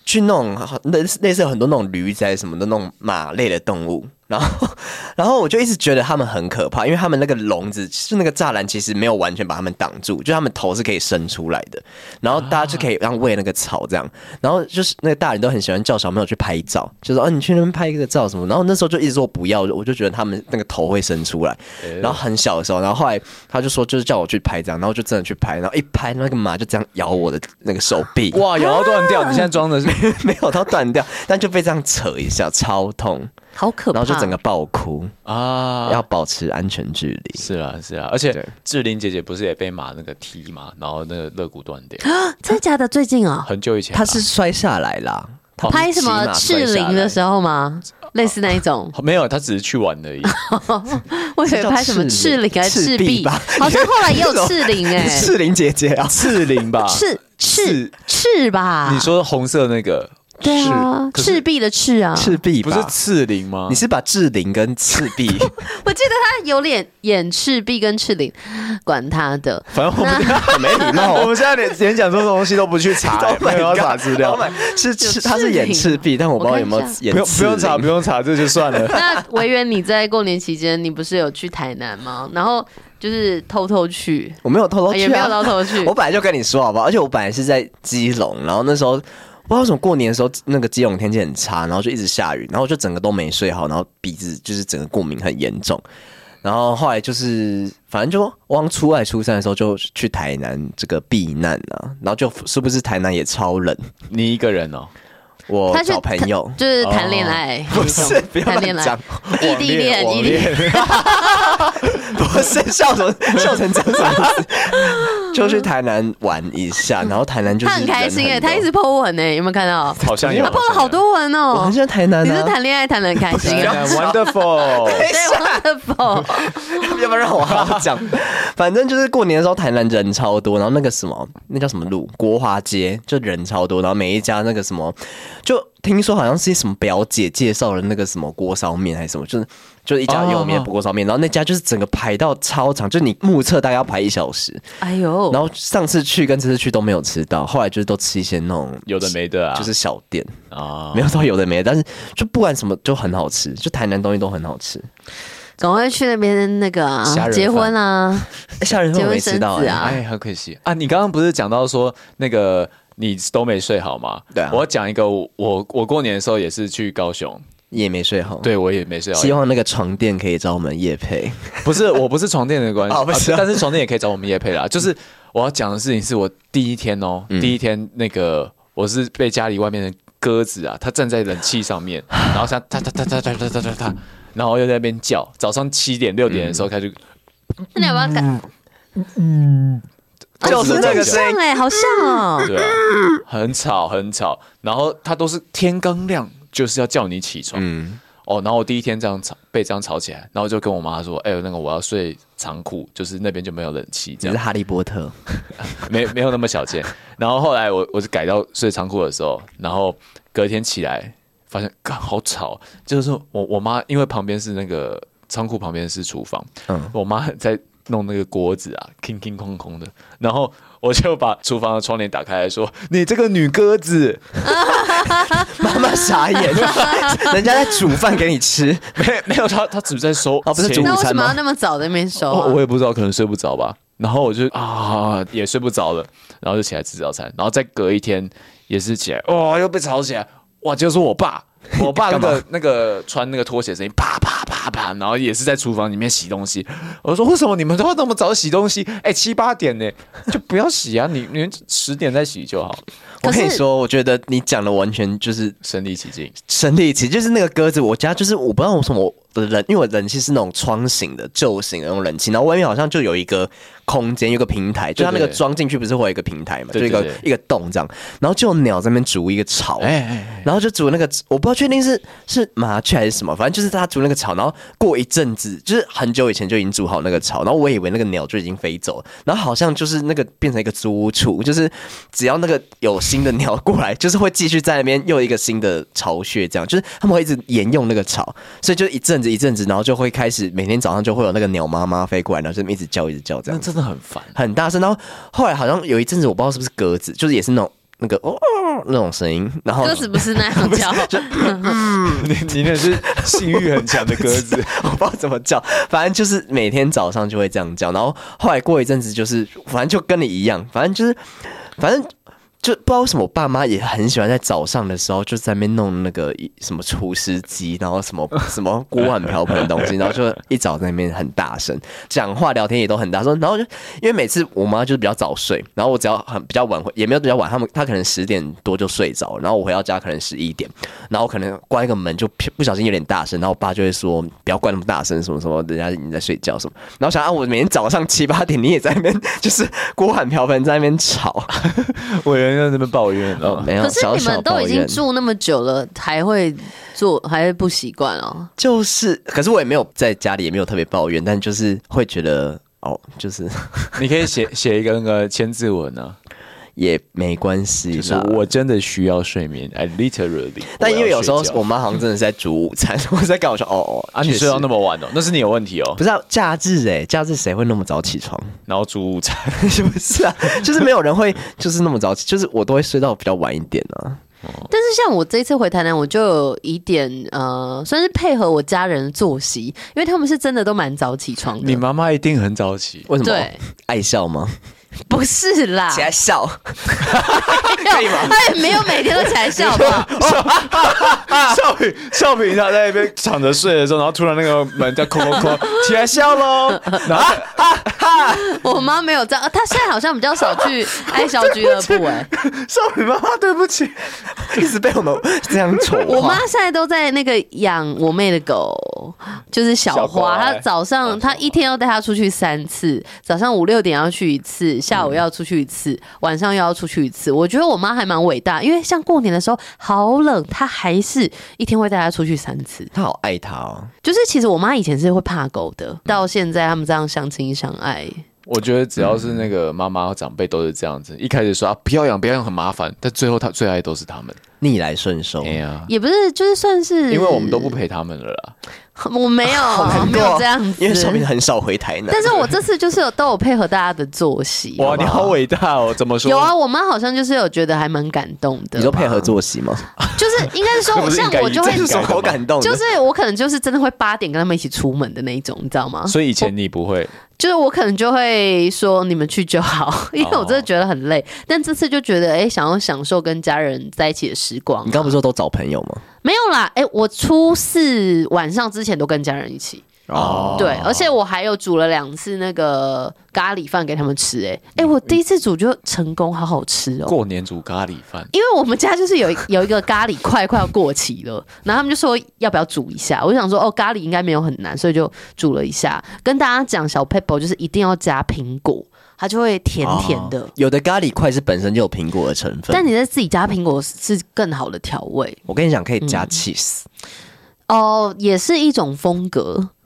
S3: 去那种类似类似有很多那种驴仔什么的那种马类的动物，然后 然后我就一直觉得他们很可怕，因为他们那个笼子就是那个栅栏，其实没有完全把他们挡住，就他们头是可以伸出来的，然后大家就可以让喂那个草这样，然后就是那个大人都很喜欢叫小朋友去拍照，就说哦、你去那边拍一个照什么，然后那时候就一直说不要，我就觉得他们那个头会伸出来，然后很小的时候，然后后来他就说就是叫我去拍这样，然后我就真的去拍，然后一拍那个马就这样咬我的那个手臂，
S2: 哇，咬到断掉！你现在装的是
S3: 没有到断掉，但就被这样扯一下，超痛，
S1: 好可怕。
S3: 然后就整个爆哭，
S2: 啊，
S3: 要保持安全距离。
S2: 是啊，是啊，而且
S3: 对
S2: 志玲姐姐不是也被马那个踢嘛，然后那个肋骨断掉，
S1: 真的假的？最近啊、
S2: 很久以前吧。
S3: 他是摔下来啦，他不是
S1: 拍什么
S3: 骑马哦摔
S1: 赤
S3: 下来
S1: 灵的时候吗？类似那一 种，
S2: 没有，他只是去玩而已。
S1: 我以为拍什么
S3: 赤
S1: 赤
S3: 灵
S1: 灵还是
S3: 赤
S1: 赤
S3: 壁
S1: 壁
S3: 吧，
S1: 好像后来 也有赤灵哎、
S3: 赤灵姐姐啊，
S2: 赤灵吧
S1: 赤赤
S2: 赤
S1: 赤吧？
S2: 你说红色那个，
S1: 对啊，
S2: 可是
S1: 赤壁的赤啊，
S3: 赤壁
S2: 不是啊
S3: 吧？
S2: 刺鳞吗？
S3: 你是把志玲跟赤壁
S1: 我记得他有脸演赤壁跟赤岭，管他 的。
S2: 反正我们
S3: 没礼貌
S2: 我们现在连连讲这种东西都不去查、 欸，
S3: Oh my
S2: 没有要
S3: God
S2: 查资料
S3: Oh，my- 是赤，
S1: 有啊
S3: 他是演赤壁，但我不知道有没有
S1: 我看一
S3: 演
S2: 不用
S3: 赤
S2: 不用查，
S3: 林
S2: 不用查，这就算 了。
S1: 那维园，你在过年期间，你不是有去台南吗？然后就是偷偷去，
S3: 我没有偷偷去、啊，
S1: 也没有偷偷去
S3: 我。本来就跟你说好不好？而且我本来是在基隆，然后那时候不知道为什么过年的时候那个基隆天气很差，然后就一直下雨，然后就整个都没睡好，然后鼻子就是整个过敏很严重。然后后来就是，反正就我刚初二初三的时候就去台南这个避难啊，然后就是不是台南也超冷？
S2: 你一个人哦，
S3: 我
S1: 他是
S3: 找朋友，哦
S1: 就是谈恋爱，
S3: 不是不要
S1: 谈恋
S3: 乱
S1: 爱
S3: 讲，，
S1: 异地恋，
S2: 网
S1: 异地恋。
S3: 不是笑什么笑成这样子， 就去台南玩一下，然后台南就是
S1: 他很开心
S3: 人
S1: 哎，
S3: 多
S1: 他一直 po 文哎，有没有看到？
S2: 好像有
S1: 他 po 了好多文
S3: 我
S1: 哦
S3: 很喜。欢台南、啊，
S1: 你是谈恋爱谈的很开心
S2: 台
S1: 啊？
S2: 南，wonderful，
S1: 对，wonderful。
S3: 要不要让我好好讲？ 反正就是过年的时候，台南人超多，然后那个什么，那叫什么路，国华街就人超多，然后每一家那个什么，就听说好像是什么表姐介绍了那个什么锅烧面还是什么，就是就是一家有名的锅烧面，然后那家就是整个排到超长，就你目测大概要排一小时，
S1: 哎呦，
S3: 然后上次去跟这次去都没有吃到，后来就是都吃一些那种
S2: 有的没的啊，
S3: 就是小店，
S2: 啊
S3: 没，有到有的没的，但是就不管什么就很好吃，就台南东西都很好 吃。
S1: 赶快去那边那个啊
S3: 虾仁饭
S1: 结婚啊，
S3: 哎吓人，
S1: 结
S3: 我没
S1: 婚
S3: 吃
S1: 生
S3: 到、
S1: 子
S3: 哎。
S1: 啊。
S2: 哎，很可惜啊！你刚刚不是讲到说那个你都没睡好吗？
S3: 对啊
S2: 我要讲一个，我我我过年的时候也是去高雄，
S3: 也没睡好。，
S2: 对我也没睡好，
S3: 嗯希望那个床垫可以找我们夜配。
S2: 不是，我不是床垫的关系、
S3: 哦不是啊
S2: 但是床垫也可以找我们叶配啦。就是我要讲的事情是我第一天哦，
S3: 嗯
S2: 第一天那个我是被家里外面的鸽子啊，它站在冷气上面，然后它它它它它它它它它它，然后又在那边叫。早上七点六点的
S3: 嗯
S2: 时候开始，
S1: 那你要不要改？
S3: 就是这个声
S1: 像
S3: 音，
S1: 哎，好像哦。
S2: 对、啊，很吵很吵，然后它都是天刚亮就是要叫你起床。
S3: 嗯，
S2: 哦，然后我第一天这样吵，被这样吵起来，然后就跟我妈说：“哎、呦，那个我要睡长裤，就是那边就没有冷气，这
S3: 你
S2: 样
S3: 是哈利波特，
S2: 没没有那么小件。 然后后来我我就改到睡仓库的时候，然后隔天起来发现，干好吵，就是我我妈因为旁边是那个仓库旁边是厨房，
S3: 嗯，
S2: 我妈在弄那个锅子啊，空空空空的，然后。我就把厨房的窗帘打开来说：“你这个女鸽子，
S3: 妈妈傻眼， 人家在煮饭给你吃，
S2: 没没有她，她只是在收
S3: 哦不是
S2: 前
S3: 煮午
S1: 那
S3: 餐
S1: 为什么
S3: 吗
S1: 要那么早在那边收啊
S2: 哦我我也不知道，可能睡不着吧。然后我就啊，也睡不着了，然后就起来吃早餐，然后再隔一天也是起来，哇、又被吵起来，哇，就是我 爸，我爸那
S3: 干嘛
S2: 个那个穿那个拖鞋的声音，啪啪啪啪，然后也是在厨房里面洗东西。我说为什么你们都要那么早洗东西？哎，七八点呢，就不要洗啊，你你们十点再洗就好，
S3: 我
S1: 可是
S3: 跟你说，我觉得你讲的完全就是
S2: 身临其境。
S3: 身临其境，就是那个鸽子，我家就是我不知道为什么我的冷，因为我冷气是那种窗型的旧型的那种冷气，然后外面好像就有一个空间，有一个平台，就它那个
S2: 对对
S3: 装进去不是会有一个平台嘛，就
S2: 对
S3: 一
S2: 对
S3: 个一个洞这样，然后就有鸟在那边筑一个巢，
S2: 哎哎，
S3: 然后就煮那个，我不知道确定是是麻雀还是什么，反正就是他煮那个草，然后过一阵子，就是很久以前就已经煮好那个草，然后我以为那个鸟就已经飞走了，然后好像就是那个变成一个租屋处，就是只要那个有新的鸟过来，就是会继续在那边又一个新的巢穴，这样就是他们会一直沿用那个草，所以就一阵子一阵子，然后就会开始每天早上就会有那个鸟妈妈飞过来，然后就一直叫一直叫这
S2: 那
S3: 样。
S2: 真的很烦。
S3: 很大声，然后后来好像有一阵子，我不知道是不是鸽子，就是也是那种那个哦哦那种声音，然后
S1: 鸽子不是那样叫，
S2: 你 你那是性欲很强的鸽子，
S3: 我不知道怎么叫，反正就是每天早上就会这样叫，然后后来过一阵子就是，反正就跟你一样，反正就是，反正就不知道为什么，我爸妈也很喜欢在早上的时候就在那边弄那个一什么厨师机，然后什么 什么锅碗瓢盆的东西，然后就一早在那边很大声讲话聊天也都很大声，然后就因为每次我妈就是比较早睡，然后我只要很比较晚回，也没有比较晚，他们她可能十点多就睡着了，然后我回到家可能十一点，然后可能关一个门就偏不小心有点大声，然后我爸就会说不要关那么大声，什么什么，人家已经在睡觉什么。然后想啊，我每天早上七八点你也在那边，就是锅碗瓢盆在那边吵，
S2: 我原在那边抱怨哦。
S3: 没有
S1: 可是
S3: 小
S1: 你
S3: 小
S1: 们
S3: 抱
S1: 都已经
S3: 怨。
S1: 住那么久了，还会做，还会不习惯哦。
S3: 就是，可是我也没有在家里也没有特别抱怨，但就是会觉得哦，就是
S2: 你可以写写一个那个千字文啊。
S3: 也没关系
S2: 就是
S3: 啦。
S2: 我真的需要睡眠，I literally 我要睡觉。
S3: 但因为有时候我妈好像真的是在煮午餐，我在干我说哦哦
S2: 啊，你
S3: 确实
S2: 睡到那么晚哦，那是你有问题哦
S3: 不。是、啊、假日哎、假日谁会那么早起床？
S2: 然后煮午餐，
S3: 是不 是啊？就是没有人会就是那么早起，就是我都会睡到比较晚一点啊。
S1: 但是像我这一次回台南，我就有一点呃，算是配合我家人的作息，因为他们是真的都蛮早起床
S2: 你
S1: 的。
S2: 妈妈一定很早起。
S3: 为什么
S1: 对？啊
S3: 爱笑吗？
S1: 不是啦，
S3: 起来笑，
S1: 可以吗？他也没有每天都起来笑吧？
S3: 啊
S2: 少平，少平他在那边躺着睡的时候，然后突然那个门在哐哐哐，起来笑 喽。然
S3: 啊
S2: 后
S1: 我妈没有这样，呃她现在好像比较少去爱笑俱乐部哎、
S2: 少平妈妈，对不起，
S3: 一直被我们这样丑化。
S1: 我妈现在都在那个养我妹的狗，就是小
S2: 小狗
S1: 花。
S2: 哎
S1: 她早上她一天要带她出去三次，早上五六点要去一次，下午要出去一次，晚上又要出去一次。我觉得我妈还蛮伟大，因为像过年的时候好冷，她还是一天会带她出去三次。
S3: 她好爱他哦，
S1: 就是其实我妈以前是会怕狗的，到现在他们这样相亲相爱，
S2: 我觉得只要是那个妈妈和长辈都是这样子，一开始说啊不要养不要养很麻烦，但最后他最爱都是他们。
S3: 逆来顺受
S2: 哎。呀，
S1: 也不是就是算
S3: 嗯
S1: 是
S2: 因为我们都不陪他们了啦。
S1: 我没有
S3: 好难过
S1: 哦没有这样子，
S3: 因为小明很少回台南
S1: 但。是我这次就是有都有配合大家的作息。
S3: 啊
S2: 哇，你好伟大哦！怎么说？
S1: 有啊，，我妈好像就是有觉得还蛮感动的。
S3: 你说配合，作息吗？
S1: 就是应该 是
S2: 这
S1: 说，
S2: 不是
S1: 像
S2: 应该
S1: 我 就会
S2: 这
S3: 这有，什么好感动的？
S1: 就是我可能就是真的会八点跟他们一起出门的那一种，你知道吗？
S2: 所以以前你不会，
S1: 就是我可能就会说你们去就好，因为我真
S2: 哦
S1: 的觉得很累。但这次就觉得，哎、想要享受跟家人在一起的时光
S3: 你。刚不是说都找朋友吗？
S1: 没有啦，哎、我初四晚上之前都跟家人一起。
S3: 哦，
S1: 对，而且我还有煮了两次那个咖喱饭给他们吃、哎，哎，我第一次煮就成功，好好吃哦、
S2: 过年煮咖喱饭，
S1: 因为我们家就是有一有一个咖喱块快要过期了，然后他们就说要不要煮一下，我就想说哦咖喱应该没有很难，所以就煮了一下。跟大家讲，小 pepper 就是一定要加苹果，它就会甜甜的。
S2: 啊
S3: 哦有的咖喱块是本身就有苹果的成分，
S1: 但你在自己加苹果是更好的调味
S3: 我跟你讲可以加
S1: 嗯
S3: cheese，
S1: 哦，也是一种风格，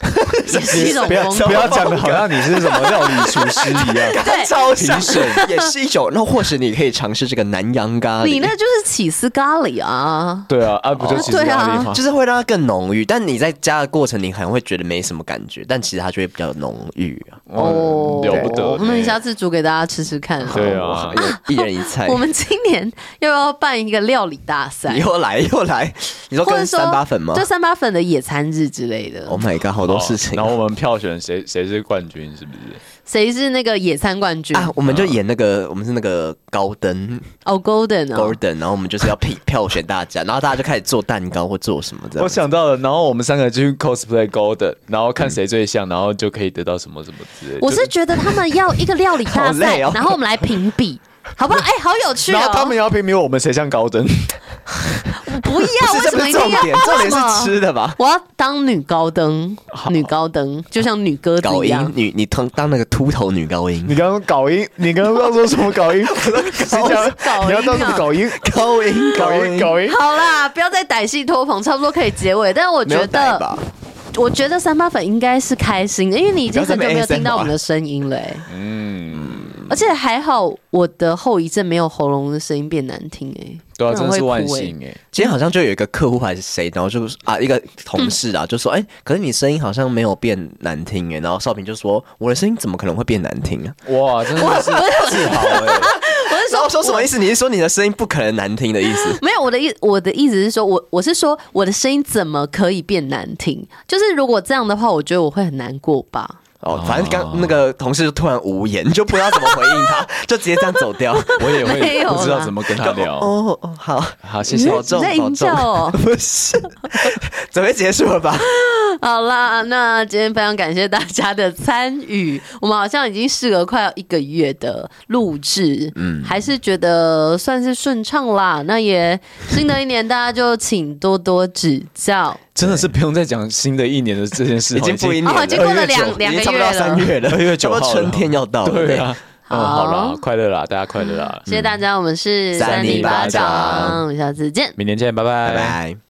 S1: 也是一种
S2: 不要
S1: 风格。
S2: 不要讲的好像你是什么料理厨师一 样。
S1: 对
S3: 超评审 也是一种。那或许你可以尝试这个南洋咖喱，
S1: 你那就是起司咖喱啊，
S2: 对啊，啊不就
S1: 哦
S2: 其实
S1: 对啊
S2: 咖喱吗？
S3: 就是会让它更浓郁。但你在加的过程，你可能会觉得没什么感觉，但其实它就会比较浓郁啊。
S1: 哦，
S2: 了不得呢
S1: 那你下次煮给大家吃吃看。
S2: 对啊
S3: 哇，一人一 菜
S1: 我。们今年要不要办一个料理大赛？
S3: 又来又来，你说
S1: 或者
S3: 跟
S1: 说
S3: 三八粉吗
S1: 就三八粉的野餐日之类的。
S3: ？Oh my god，好多事情
S2: 然后我们票选谁谁是冠军，是不是？
S1: 谁是那个野餐冠军？
S3: 啊！我们就演那个，我们是那个高登
S1: 哦，Golden 哦，
S3: Gordon，然后我们就是要票票选大家，然后大家就开始做蛋糕或做什么这
S1: 啊
S2: 我
S3: 样。
S2: 想到了，然后我们三个就去 cosplay Golden，然后看谁最像，然后就可以得到什么什么之类的。
S1: 嗯我是觉得他们要一个料理大
S3: 好累
S1: 赛，
S3: 哦
S1: 然后我们来评比，好不好？哎，好有趣
S2: 就。然后他
S1: 哦
S2: 们！也要评比我们谁像高登，
S1: 我不要，
S3: 不
S1: 为
S3: 是，
S1: 什
S3: 这不
S1: 么
S3: 是
S1: 一定
S3: 重
S1: 要？
S3: 点，重点
S1: 为什么
S3: 是吃的吧？
S1: 我要当女高登，女高登就像女鸽子
S3: 搞
S1: 一
S3: 音
S1: 样。
S3: 女，你当当那个秃头女高音，
S2: 你刚刚搞音，你刚刚要说什么搞音？谁讲
S1: 搞音啊
S2: 你要当什么搞音？
S3: 高 音
S2: 搞音搞音，
S1: 好啦，不要再歹戏拖棚，差不多可以结尾。但是我
S3: 没有
S1: 觉
S3: 带
S1: 得，
S3: 吧？
S1: 我觉得三八粉应该是开心的，因为你已经很久没有听到我们的声音了、哎
S2: 嗯，
S1: 而且还好，我的后遗症没有喉咙的声音变难听哎、
S2: 对啊，
S1: 不
S2: 真
S1: 然
S2: 是
S1: 会
S2: 万
S1: 哭哎
S2: 幸哎。
S3: 今天好像就有一个客户还是谁，然后就啊一个同事啊就说，哎、可是你声音好像没有变难听欸耶。然后少平就说，我的声音怎么可能会变难听啊？
S2: 哇，真的是自 豪哎！
S1: 我是
S3: 然后
S1: 说
S3: 我说什么意思？你是说你的声音不可能难听的意思？
S1: 没有我的意，我的意思是说，我我是说我的声音怎么可以变难听？就是如果这样的话，我觉得我会很难过吧。
S3: 哦，反正刚那个同事就突然无言，就不知道怎么回应 他，就直接这样走 掉。
S2: 我也
S1: 没
S2: 会
S1: 有
S2: 不知道
S1: 啦
S2: 怎么跟他聊。
S3: 哦哦，好，
S2: 好，谢谢
S3: 好。重
S1: 你在
S3: 好
S1: 营
S3: 重。
S1: 造哦
S3: 不是，准备结束 了吧？
S1: 好啦，那今天非常感谢大家的参与，我们好像已经事隔快要一个月的录制，嗯，还是觉得算是顺畅啦。那也新的一年，大家就请多多指教。
S2: 真的是不用再讲新的一年的这件事，
S3: 已经不一年
S1: 哦
S3: 了，
S1: 已经过了两
S3: 2月9
S1: 两个
S3: 已经差不多要
S1: 月了
S3: 三月了，
S2: 二月九
S3: 差
S2: 号
S3: 不
S2: 了
S3: 多春天要到了。
S2: 对啊，
S1: 好
S2: 嗯，好啦，快乐啦，大家
S1: 嗯
S2: 快乐啦，
S1: 谢谢大家，我们是
S3: 三
S2: 里巴掌
S1: 我们下次见。
S2: 明天见，拜拜，
S3: 拜拜。